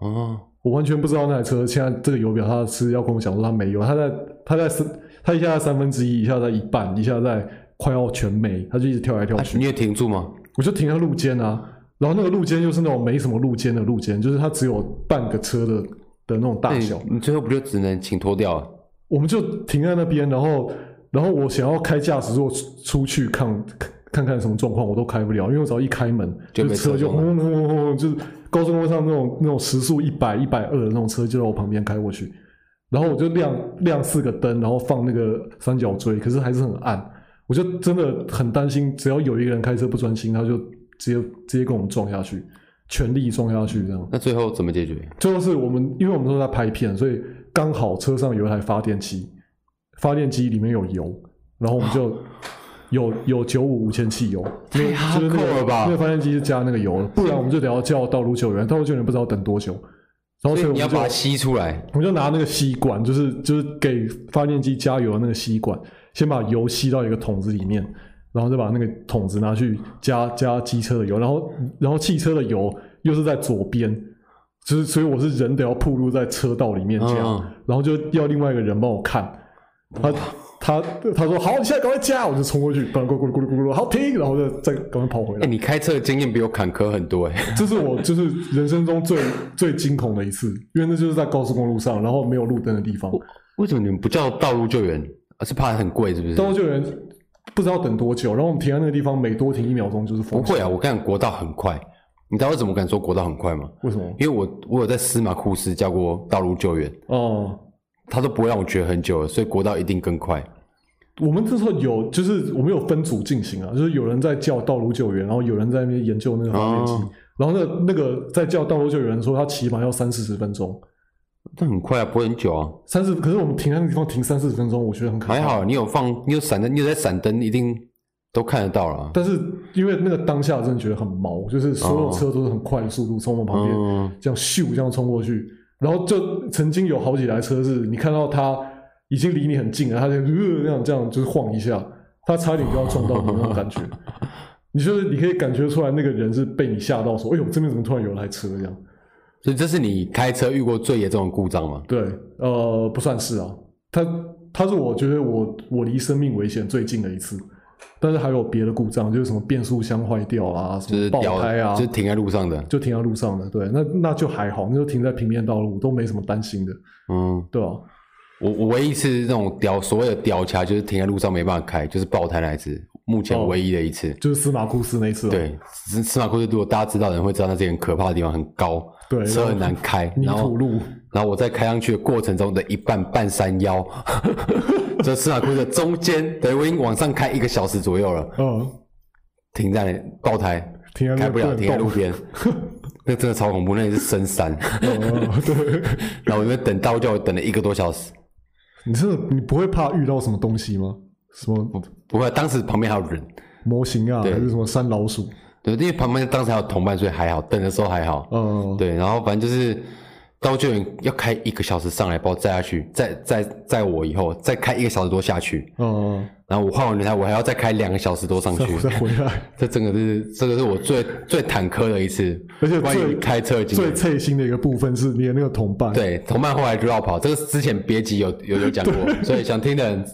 哦，
我完全不知道那台车现在这个油表它是要跟我讲说它没油，它在它在三它一下在三分之一，一下在一半，一下在快要全没，它就一直跳来跳
啊
去。
你有停住吗？
我就停在路肩啊，然后那个路肩又是那种没什么路肩的路肩，就是它只有半个车的的那种
那
大
你
小。
哎你最后不就只能请脱掉了？
我们就停在那边，然后然后我想要开驾驶座出出去看看看看什么状况，我都开不了，因为我只要一开门，
就
就
被
车就
车撞
轰
了
轰轰轰轰，就是高速公路上那种那种时速一百一百二的那种车就在我旁边开过去，然后我就亮亮四个灯，然后放那个三角锥，可是还是很暗，我就真的很担心，只要有一个人开车不专心，他就直接直接跟我们撞下去，全力撞下去这样。
那最后怎么解决？
最后是我们，因为我们都在拍片，所以刚好车上有一台发电机，发电机里面有油，然后我们
哦
就有有九五无铅汽油，
太
那就是那
哈扣
个
啊了吧
那个发电机是加那个油的，不然我们就得要叫道路救援，道路救援不知道等多久，然
所以
后所以我
你要
们就
把它吸出来，
我们就拿那个吸管，就是就是给发电机加油的那个吸管，先把油吸到一个桶子里面，然后再把那个桶子拿去加加机车的油，然后然后汽车的油又是在左边，就是所以我是人得要铺路在车道里面这样，
嗯
然后就要另外一个人帮我看，他他他说好，你现在赶快加，我就冲过去，然后咕噜咕噜咕噜咕噜，好停，然后就再赶快跑回
哎、
来，
你开车的经验比我坎坷很多哎、
这是我就是人生中最最惊恐的一次，因为那就是在高速公路上，然后没有路灯的地方。
为什么你们不叫道路救援？啊是怕很贵是不是？
道路救援不知道等多久，然后我们停在那个地方，每多停一秒钟就是
不
封锁。
会啊，我看国道很快。你知道我怎么敢说国道很快吗？
为什么？
因为我我有在司马库斯叫过道路救援，
哦、
他都不会让我觉得很久了，所以国道一定更快。
我们这时候有就是我们有分组进行啊，就是有人在叫道路救援，然后有人在那边研究那个发电机，
哦
然后那个那个在叫道路救援的时候，他起码要三四十分钟，
但很快啊，不会很久啊。
三十可是我们停在那个地方停三四十分钟，我觉得很可怕。
还好啊你有放，你有闪灯，你有在闪灯，一定都看得到了啊。
但是因为那个当下真的觉得很毛，就是所有车都是很快的速度从我们旁边
嗯，
这样咻这样冲过去，然后就曾经有好几台车是你看到它已经离你很近了，它就呃那样这样就是晃一下，它差点就要撞到你那 种感觉。你就是你可以感觉出来，那个人是被你吓到，说：“哎呦，这边怎么突然有一台车？”这样
所以这是你开车遇过最严重的故障吗？
对，呃，不算 是啊，它它是我觉得我我离生命危险最近的一次，但是还有别的故障，就是什么变速箱坏掉啊，什
就是
么爆
掉，
胎啊，
就是停在路上的。
就停在路上的。对，那那就还好，那就停在平面道路，都没什么担心的，
嗯，
对吧、啊？
我我唯一一次那种屌所谓的屌卡，就是停在路上没办法开，就是爆胎那一次，目前
哦
唯一的一次。
就是司马库斯那一次、哦，
对，司司马库斯，如果大家知道的人会知道，那是一个很可怕的地方，很高，
对
车很难开，
泥
然后
土路，
然后我在开上去的过程中的一半半山腰， 这司马库斯的中间，等于我已经往上开一个小时左右了，
嗯，
停在那爆胎，
停在那
开不了，
不能
停在
动
路边， 那真的超恐怖，那也是深 山。
呃，对，
然后我那边等道教等了一个多小时，
你真的你不会怕遇到什么东西吗？什么
不过当时旁边还有人，
模型啊，还是什么山老鼠？
对，因为旁边当时还有同伴，所以还好，等的时候还好。
呃，
对，然后反正就是道救员要开一个小时上来，把我载下去，载载载我以后再开一个小时多下去，
呃，
然后我换完轮胎，我还要再开两个小时多上 去
再。再回来，
这整个是这个是我最最坎坷的一次，
而且
关于
最
开车的经
最
验。
脆心的一个部分是你的那个同伴，
对，同伴后来就绕跑，这个之前别集有有有 讲过，所以想听的人，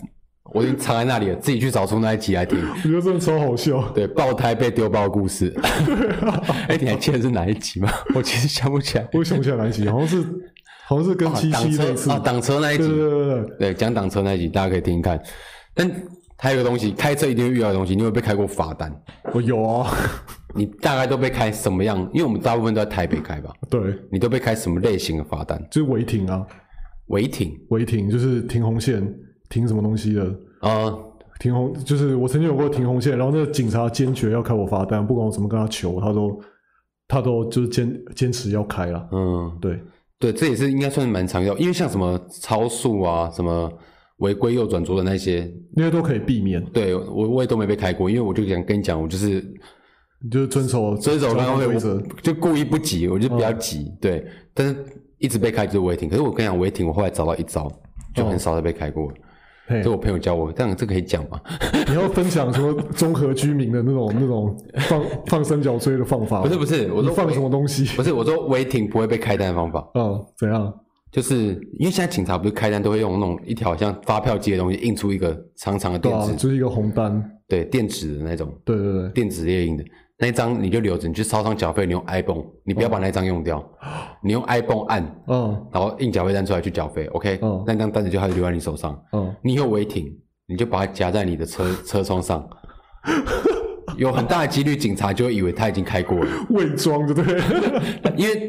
我已经藏在那里了，自己去找出那一集来听。
我觉得真的超好笑。
对，爆胎被丢包的故 事。哎、你还记得是哪一集吗？ 我其实想不起来。
我也想不起来哪一集，好像是好像是跟七
挡
七那一次
车，啊，挡车那一
对对
集，
对对对，
对，讲挡车那一集，大家可以听听看。但还有一个东西，开车一定会遇到的东西，你有没有被开过罚单？
我有啊，
你大概都被开什么样？因为我们大部分都在台北开吧，
对，
你都被开什么类型的罚单？
就是违停啊，
违停，
违停就是停红线，停什么东西的，
呃，
停红就是我曾经有过停红线，然后那个警察坚决要开我罚单，不管我怎么跟他求，他都他都就是坚坚持要开了，
嗯，
对，
对，这也是应该算是蛮常遇到，因为像什么超速啊，什么违规右转左转那些，
那些都可以避免，
对我我也都没被开过，因为我就想跟你讲，我就是
你就是遵守
遵守
交
刚
通
会
规则，
就故意不急，我就比较急，对，但是一直被开就是违停，可是我跟你讲违停，我后来找到一招，就很少再被开过了，
嘿
这、，我朋友教我，这样这可以讲吗？
你要分享什么综合居民的那种那种放放三角锥的方法吗，
不是不是，我
你
说
放什
违
么东西？
不是我说违停不会被开单的方法，
嗯，怎样？
就是因为现在警察不是开单都会用那种一条像发票机的东西印出一个长长的
对
电
啊
子，，
就是一个红单，
对电子的那种
对对对。
电子列印的那一张，你就留着，你去超商缴费，你用 iPhone，你
哦
不要把那一张用 掉，你用 iPhone 按，
嗯
然后印缴费单出来去缴费，OK，、
嗯
那张单子就还留在你手上，
嗯，
你以后违停，你就把它夹在你的车车窗 上，有很大的几率警察就会以为他已经开过了，
伪装对不对？
因为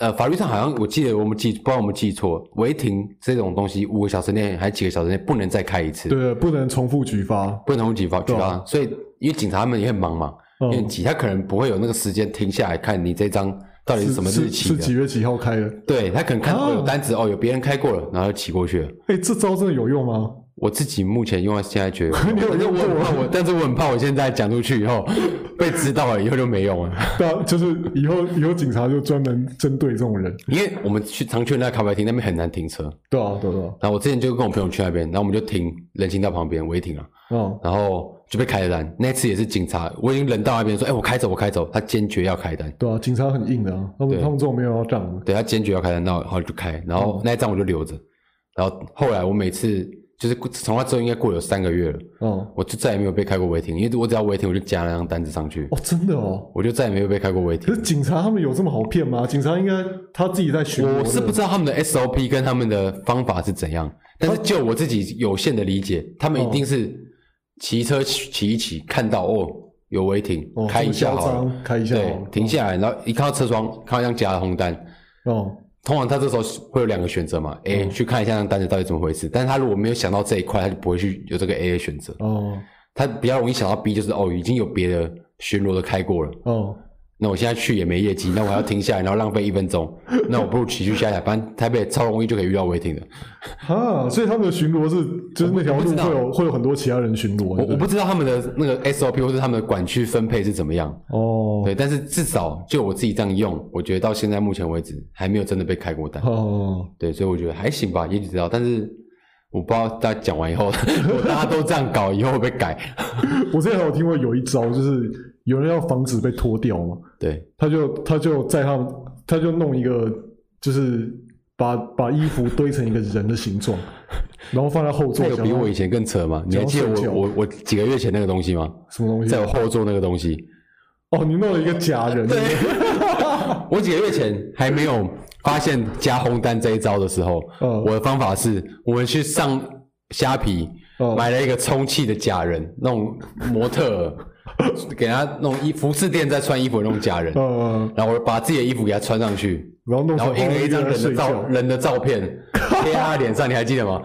呃法律上好像我记得我们记不知道我们记错，违停这种东西五个小时内还几个小时内不能再开一次，
对，不能重复举发。
不能同警方举报，所以因为警察他们也很忙嘛，
嗯
也很急，他可能不会有那个时间停下来看你这张到底是什么日期啊
是是
的
几。月几号开的？
对他可能看
啊
哦有单子哦，有别人开过了，然后就骑过去了。
哎，这招真的有用吗？
我自己目前用到现在 觉得有
你
用，
有
但是
用
我
过
很
吗
怕我，但是我很怕我现在讲出去以后被知道了，以后就没用了。
对啊，就是以后以后警察就专门针对这种人。
因为我们去常去那咖啡厅那边很难停车，
对啊，对啊对啊，
然后我之前就跟我朋友去那边，然后我们就停人行道旁边，我也停了，
嗯，
然后就被开了单。那次也是警察，我已经人到那边说，哎、我开走，我开走，他坚决要开单。
对啊，警察很硬的啊，他们
对
他们这种没有要让的。
对他坚决要开单，那我后来就开，然后那一张我就留着，然后后来我每次就是从那之后应该过了有三个月了，
嗯，
我就再也没有被开过违停，因为我只要违停我就加那张单子上去，
哦，真的哦。
我就再也没有被开过违
可
停。
是警察他们有这么好骗吗？警察应该他自己在巡逻的。
我是不知道他们的 SOP 跟他们的方法是怎样，但是就我自己有限的理解，他们一定是骑车骑一骑，看到哦有违停，
哦
开一下好
这么嚣
了，
张开一下好
对
了，
停下来，然后一看到车窗，看到一张假的红单，
哦，
通常他这时候会有两个选择嘛，A 去看一下那单子到底怎么回事，但是他如果没有想到这一块，他就不会去有这个 A 的选择，
哦
他比较容易想到 B 就是哦已经有别的巡逻的开过了，
哦
那我现在去也没业绩，那我还要停下来，然后浪费一分钟，那我不如骑去下一台，反正台北超容易就可以遇到违停的，
哈，所以他们的巡逻是就是那条
我不
路
知道
会有会有很多其他人巡逻。
我
对
我
对
不知道他们的那个 SOP 或是他们的管区分配是怎么样，
哦，
对，但是至少就我自己这样用，我觉得到现在目前为止还没有真的被开过单。
哦，
对，所以我觉得还行吧，也许知道，但是我不知道大家讲完以后， 如果大家都这样搞，以后会不会改？
我之前还有听过有一招，就是有人要防止被脱掉嘛，
对，
他就他就在他们他就弄一个，就是把把衣服堆成一个人的形状，然后放在后座
那有
想
比
要
我以前更扯吗？你还记得
想要睡
我我
觉
我几个月前那个东西吗？
什么东西
在我后座那个东西，
哦，你弄了一个假人，
我几个月前还没有发现加红单这一招的时候，
嗯
我的方法是，我们去上虾皮、
嗯
买了一个充气的假人，那种模特儿，给他弄衣服饰店在穿衣服的那种假人，
呃，
然后我把自己的衣服给他穿上去，
然后弄
然后
成
印了一张人的
睡
照
觉，
人的照片贴在他脸上，你还记得吗？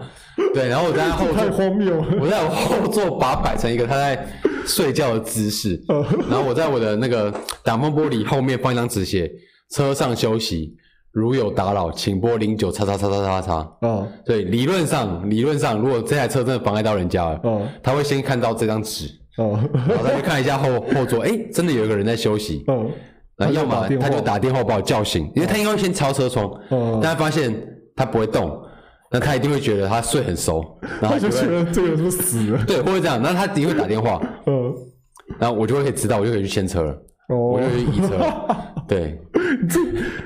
对，然后我在他后
太
座，
荒谬了。
我在我后座把他摆成一个他在睡觉的姿 势，然后我在我的那个挡风玻璃后面放一张纸写“车上休息，如有打扰，请拨零九叉叉叉叉叉叉”。
啊
对，理论上，理论上，如果这台车真的妨碍到人家了，
啊
他会先看到这张纸，
啊
然后他就看一下 后后座，哎，真的有一个人在休息，
嗯，
然后要么
他就打电话
他就打电话把我叫醒，因为他应该会先敲车窗，
嗯
但他发现他不会动，那他一定会觉得他睡很熟，然后
他
就
就觉
会
得这个人是不是死了。
对，会这样，那他一定会打电话，
嗯，
然后我就会可以知道，我就可以去牵车了，
哦
我就，可以移车了， 对，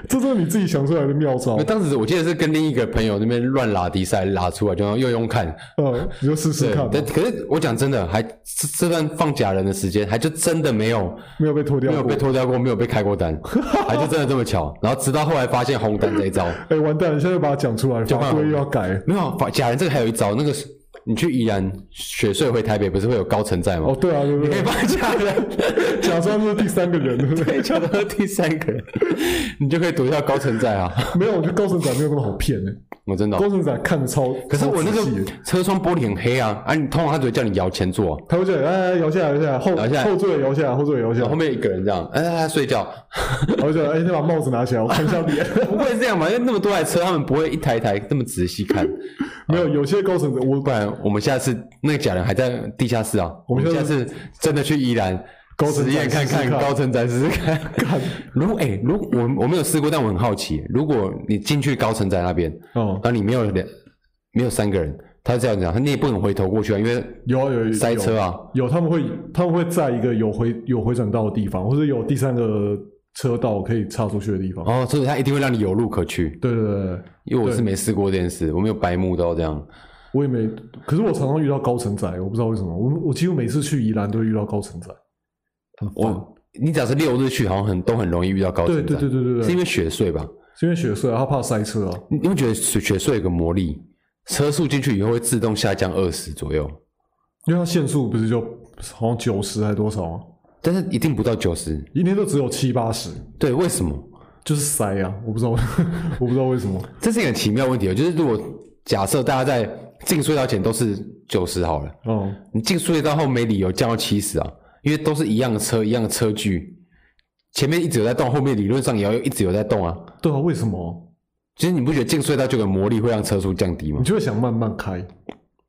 这是你自己想出来的妙招
因为。当时我记得是跟另一个朋友那边乱拉迪赛拉出来，就用用看，
嗯，你就试试
对
看，，
但可是我讲真的，还这这段放假人的时间，还就真的没有
没有被脱掉
没有
过
被。脱掉过，没有被开过 单，还就真的这么巧，然后直到后来发现红单这一招。
哎，完蛋了，你现在就把它讲出来，法
办
规又要改。
没有法假人这个还有一招，那个是你去宜兰雪穗回台北，不是会有高层在吗？
哦，对啊，对不
你可以
对？
放假人，
假装是第三个人，对不 对？
对，找到第三个人，你就可以躲掉高层在啊！
没有，我觉得高层仔没有那么好骗呢。
我真的哦、
高层仔看的超，
可是我那
超仔细
个
的
车窗玻璃很黑啊，啊，你通常他只会叫你摇前座、
他会叫你哎哎摇下来摇下来，后
摇下来
后座也摇下来，后座也摇下
然后
来
后，面有一个人这样，哎，他在睡觉，
然后就哎先把帽子拿起来，我看一下 脸。
不会这样吧？因为那么多台车，他们不会一台一台这么仔细看，
没有，有些高层仔我
不然我们下次那个假人还在地下室啊，我
们
们
下
下次真的去宜兰
高层
实
展
验看
试
看
试看
高层展试试 看。如果哎、如果我我没有试过，但我很好奇，如果你进去高层展那边，
哦
然后你没有两没有三个人，他是这样讲，他你也不能回头过去啊，因为
有啊有有
塞
有
车啊。
有，他们会他们会在一个有回有回转道的地方，或者有第三个车道可以插出去的地方。
哦，所以他一定会让你有路可去，
对对对对，
因为我是没试过这件事，我没有白目到这样。
我也没，可是我常常遇到高层仔，我不知道为什么，我我几乎每次去宜兰都会遇到高层仔。
我你只要是六日去，好像很都很容易遇到高层
对
展，
对对对对
是因
对，
为雪隧吧？
是因为雪隧啊，他怕塞车啊。
你你会觉得雪雪隧有个魔力，车速进去以后会自动下降二十左右，
因为它限速不是就好像九十还多少啊？
但是一定不到九十。
一天都只有七八十，
对，为什么？
就是塞啊！我不知道， 我不知道为什么。
这是一个很奇妙的问题哦。就是如果假设大家在进隧道前都是九十好了，
哦、
你进隧道后没理由降到七十啊，因为都是一样的车，一样的车距，前面一直有在动，后面理论上也要一直有在动啊。
对啊，为什么？
其实你不觉得进隧道就有个魔力会让车速降低吗
你？就会想慢慢开？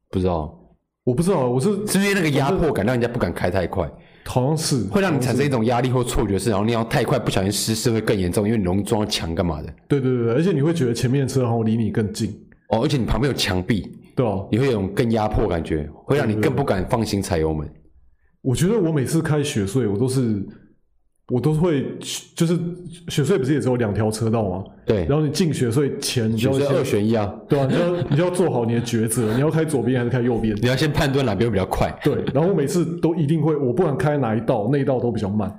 不知道，
我不知道啊，我是
是不是因为那个压迫感让人家不敢开太快，
好像是
会让你产生一种压力或错觉是，然后你要太快不小心失事会更严重，因为你容易撞到墙干嘛的。
对对对对，而且你会觉得前面的车好像离你更近，
哦，而且你旁边有墙壁，
对啊。
你会有一种更压迫感觉，会让你更不敢放心踩油门。
我觉得我每次开雪隧，我都是我都会就是雪隧不是也只有两条车道吗？
对，
然后你进雪隧前，你就
就
要
是
先
二选一啊，
对啊，你就要你就要做好你的抉择，你要开左边还是开右边？
你要先判断哪边会比较快。
对，然后我每次都一定会，我不管开哪一道，那一道都比较慢。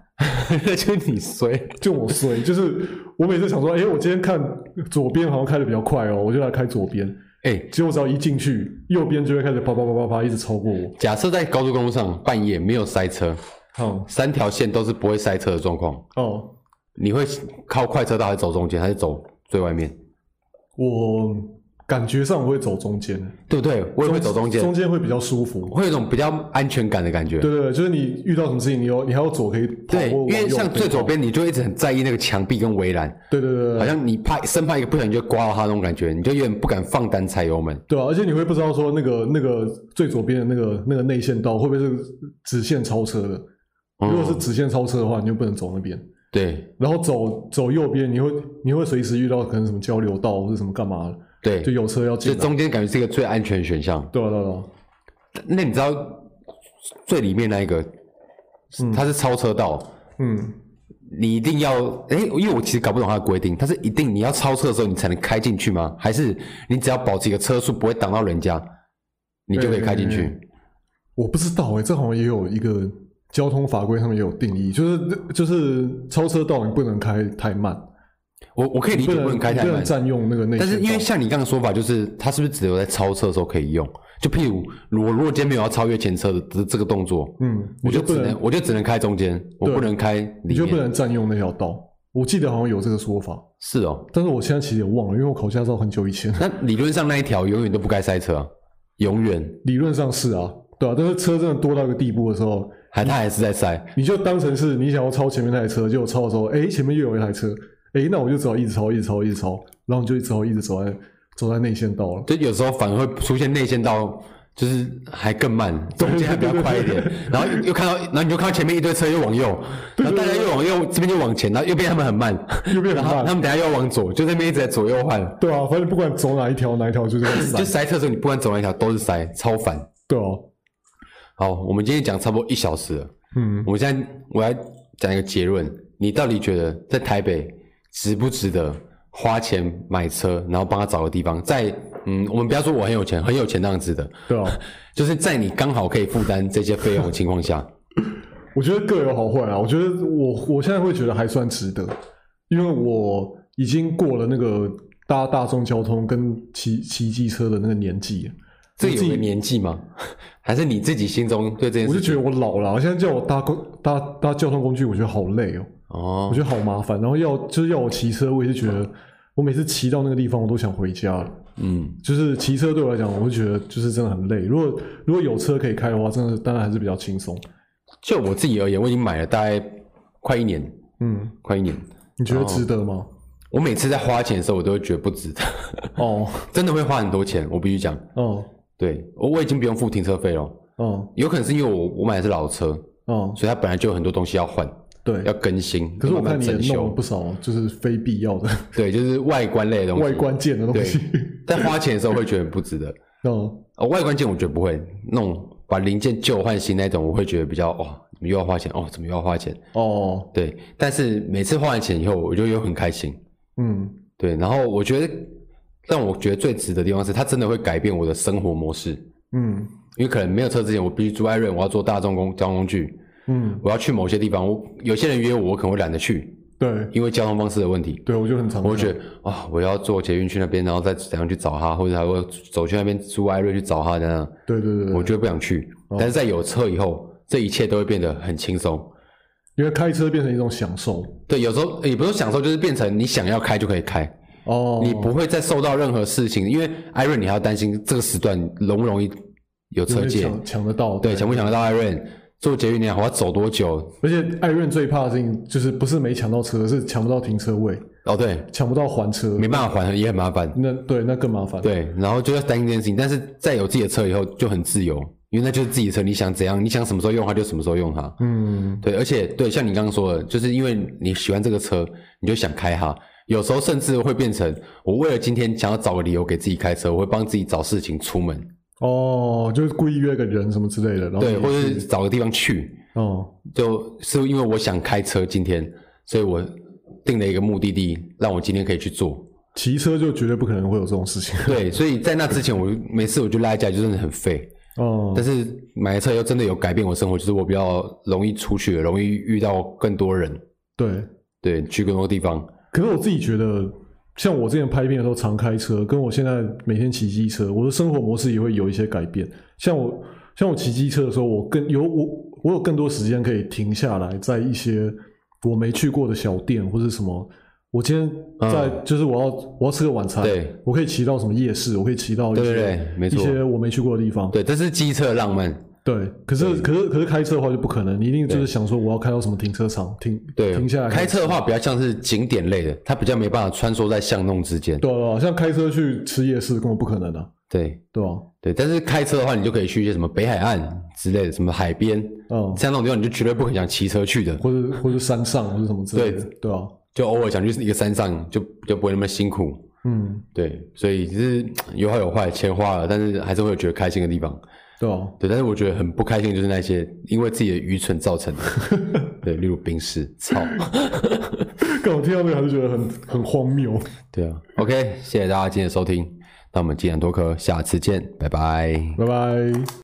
那就是你衰。
就我衰，就是我每次想说，哎、我今天看左边好像开的比较快哦，我就来开左边。
哎、
结果只要一进去，右边就会开始啪啪啪啪啪一直超过我。
假设在高速公路上半夜没有塞车，
好、
三条线都是不会塞车的状况，
哦，
你会靠快车道还是走中间，还是走最外面？
我感觉上我会走中间，
对不对？我也会走中间，
中间会比较舒服。
会有一种比较安全感的感觉。
对对对，就是你遇到什么事情，你有你还要左可以跑，
对，
或
因为
往右
像
可以
最左
跑，
边，你就一直很在意那个墙壁跟围栏，
对对对
好
对
像你怕生怕一个不小心就刮到它那种感觉，你就有点不敢放单踩油门。
对啊，而且你会不知道说那个那个最左边的那个那个内线道会不会是直线超车的？
哦
如果是直线超车的话，你就不能走那边。
对
然后走走右边，你会你会随时遇到可能什么交流道或者什么干嘛的，
对
就，有车要
所
进
以
来。
中间感觉是一个最安全的选项。
对啊对啊对啊，
那你知道最里面那一个，它是超车道，
嗯，
你一定要哎、因为我其实搞不懂它的规定，它是一定你要超车的时候你才能开进去吗？还是你只要保持一个车速不会挡到人家，你就可以开进去？
我不知道哎、这好像也有一个交通法规上面也有定义，就是就是超车道你不能开太慢，
我我可以理
不
解
能
不能开太
不
慢
能，占用那个内线道。
但是因为像你刚刚说法，就是它是不是只有在超车的时候可以用？就譬如我如果今天没有要超越前车的这这个动作，
嗯，
我
你
就
不
只
能
能我就只能开中间，我
对
不能开
你
里
就不
面。
能占用那条道。我记得好像有这个说法，
是哦，
但是我现在其实也忘了，因为我考驾照很久以前。
那理论上那一条永远都不该塞车啊，永远
理论上是啊，对啊，但是车真的多到一个地步的时候，
还它还是在塞。
你就当成是你想要超前面那台车，结果超的时候，哎、前面又有一台车，哎、那我就只好一直超，一直超，一直超，然后你就只好一直走在走在内线道了。
就有时候反而会出现内线到，就是还更慢，中间还比较快一点，然后又看到，然后你就看到前面一堆车又往右，然后大家又往右，这边就往前，然后右边他们很慢，
又 变很
然后
慢
他们等下又往左，就这边一直在左右换，
对啊，反正不管走哪一条，哪一条就是在
就
闪。
塞车的时候你不管走哪一条都是塞，超烦。
对啊，
好，我们今天讲差不多一小时了，
嗯，
我们现在我要讲一个结论，你到底觉得在台北值不值得花钱买车，然后帮他找个地方，在嗯，我们不要说我很有钱，很有钱当然值得，
对啊，
就是在你刚好可以负担这些费用的情况 下，
我觉得各有好坏啊。我觉得我我现在会觉得还算值得，因为我已经过了那个搭大众交通跟骑骑机车的那个年纪了。
这有
我
个
自己
年纪吗？ 还是你自己心中对这件
我
事
就
情？
觉得我老了啊，现在叫我搭公搭搭交通工具，我觉得好累哦，我
哦，
觉得好麻烦。然后要就是要我骑车，我也是觉得我每次骑到那个地方，我都想回家了。
嗯，
就是骑车对我来讲，我会觉得就是真的很累。如果如果有车可以开的话，真的当然还是比较轻松。
就我自己而言，我已经买了大概快一年，
嗯，
快一年。
你觉得值得吗？
我每次在花钱的时候，我都会觉得不值得，
哦
真的会花很多钱。我必须讲，
哦
对我我已经不用付停车费了，
哦
有可能是因为我我买的是老车，
哦，
所以它本来就有很多东西要换，
对
要。更新，
可是我
要慢
看
慢
你也
整
弄了
修
不。少，就是非必要的
对，就是外观类的东西。
外观件的东西。
在花钱的时候会觉得不值得。
哦，
哦，外观件我觉得不会，那种把零件旧换新那种，我会觉得比较哦，怎么又要花钱哦，怎么又要花钱？
哦，
对，但是每次花完钱以后，我就又很开心。
嗯，
对，然后我觉得让我觉得最值的地方是，它真的会改变我的生活模式。
嗯，
因为可能没有车之前，我必须住外润，我要坐大众公交通工具，
嗯，
我要去某些地方。我有些人约我，我可能会懒得去，
对，
因为交通方式的问题。
对，我就很常。
我会觉得啊、我要坐捷运去那边，然后再怎样去找他，或者还会走去那边住外润去找他，这样。
对对对对，
我觉得不想去。但是在有车以后，这一切都会变得很轻松。
因为开车变成一种享受
对，有时候也不是享受，就是变成你想要开就可以开，
哦，
你不会再受到任何事情。因为艾瑞，你还要担心这个时段容不容易有车
就是
界，
抢抢得到，
对，抢不抢得到艾瑞？坐捷运你还要走多久？
而且艾润最怕的事情就是不是没抢到车，是抢不到停车位，
哦，对，
抢不到还车，
没办法还，也很麻烦。
那对那更麻烦。，
对，然后就要担心这件事情。但是在有自己的车以后就很自由，因为那就是自己的车，你想怎样，你想什么时候用它就什么时候用它。
嗯，
对，而且对，像你刚刚说的，就是因为你喜欢这个车，你就想开它。有时候甚至会变成，我为了今天想要找个理由给自己开车，我会帮自己找事情出门，
哦，就是故意约个人什么之类的，然后
对，
你
或者哦是找个地方去，
哦，
就是因为我想开车今天，所以我定了一个目的地，让我今天可以去做。
骑车就绝对不可能会有这种事情。
对，所以在那之前我，每次我就赖家，就真的很废。
哦，
但是买了车以后，真的有改变我生活，就是我比较容易出去，容易遇到更多人，
对，
对，去更多地方。
可是我自己觉得，像我之前拍片的时候常开车，跟我现在每天骑机车，我的生活模式也会有一些改变。像我像我骑机车的时候，我更有我我有更多时间可以停下来，在一些我没去过的小店或者什么。我今天在、就是我要我要吃个晚
嗯
餐，
对，
我可以骑到什么夜市，我可以骑到一些
对对对没错
一些我没去过的地方，
对，这是机车的浪漫。
对。可是可是可是开车的话就不可能，你一定就是想说我要开到什么停车场停
对，
停下来
开车的话比较像是景点类的，它比较没办法穿梭在巷弄之间。
对啊对啊，像开车去吃夜市根本不可能的、啊
对
对吧、
对，但是开车的话，你就可以去一些什么北海岸之类的，什么海边，
嗯，
像那种地方，你就绝对不可能想骑车去的，
或者或者山上或者什么之类的，对啊，
就偶尔想去一个山上，就就不会那么辛苦。
嗯，
对，所以就是有好有坏，钱花了，但是还是会有觉得开心的地方。
对 啊，
对，但是我觉得很不开心，就是那些因为自己的愚蠢造成的，对，例如冰室，操，
但我听到那个还是觉得很很荒谬。
对啊。OK，谢谢大家今天的收听，那我们今天多科下次见，拜拜。
拜拜。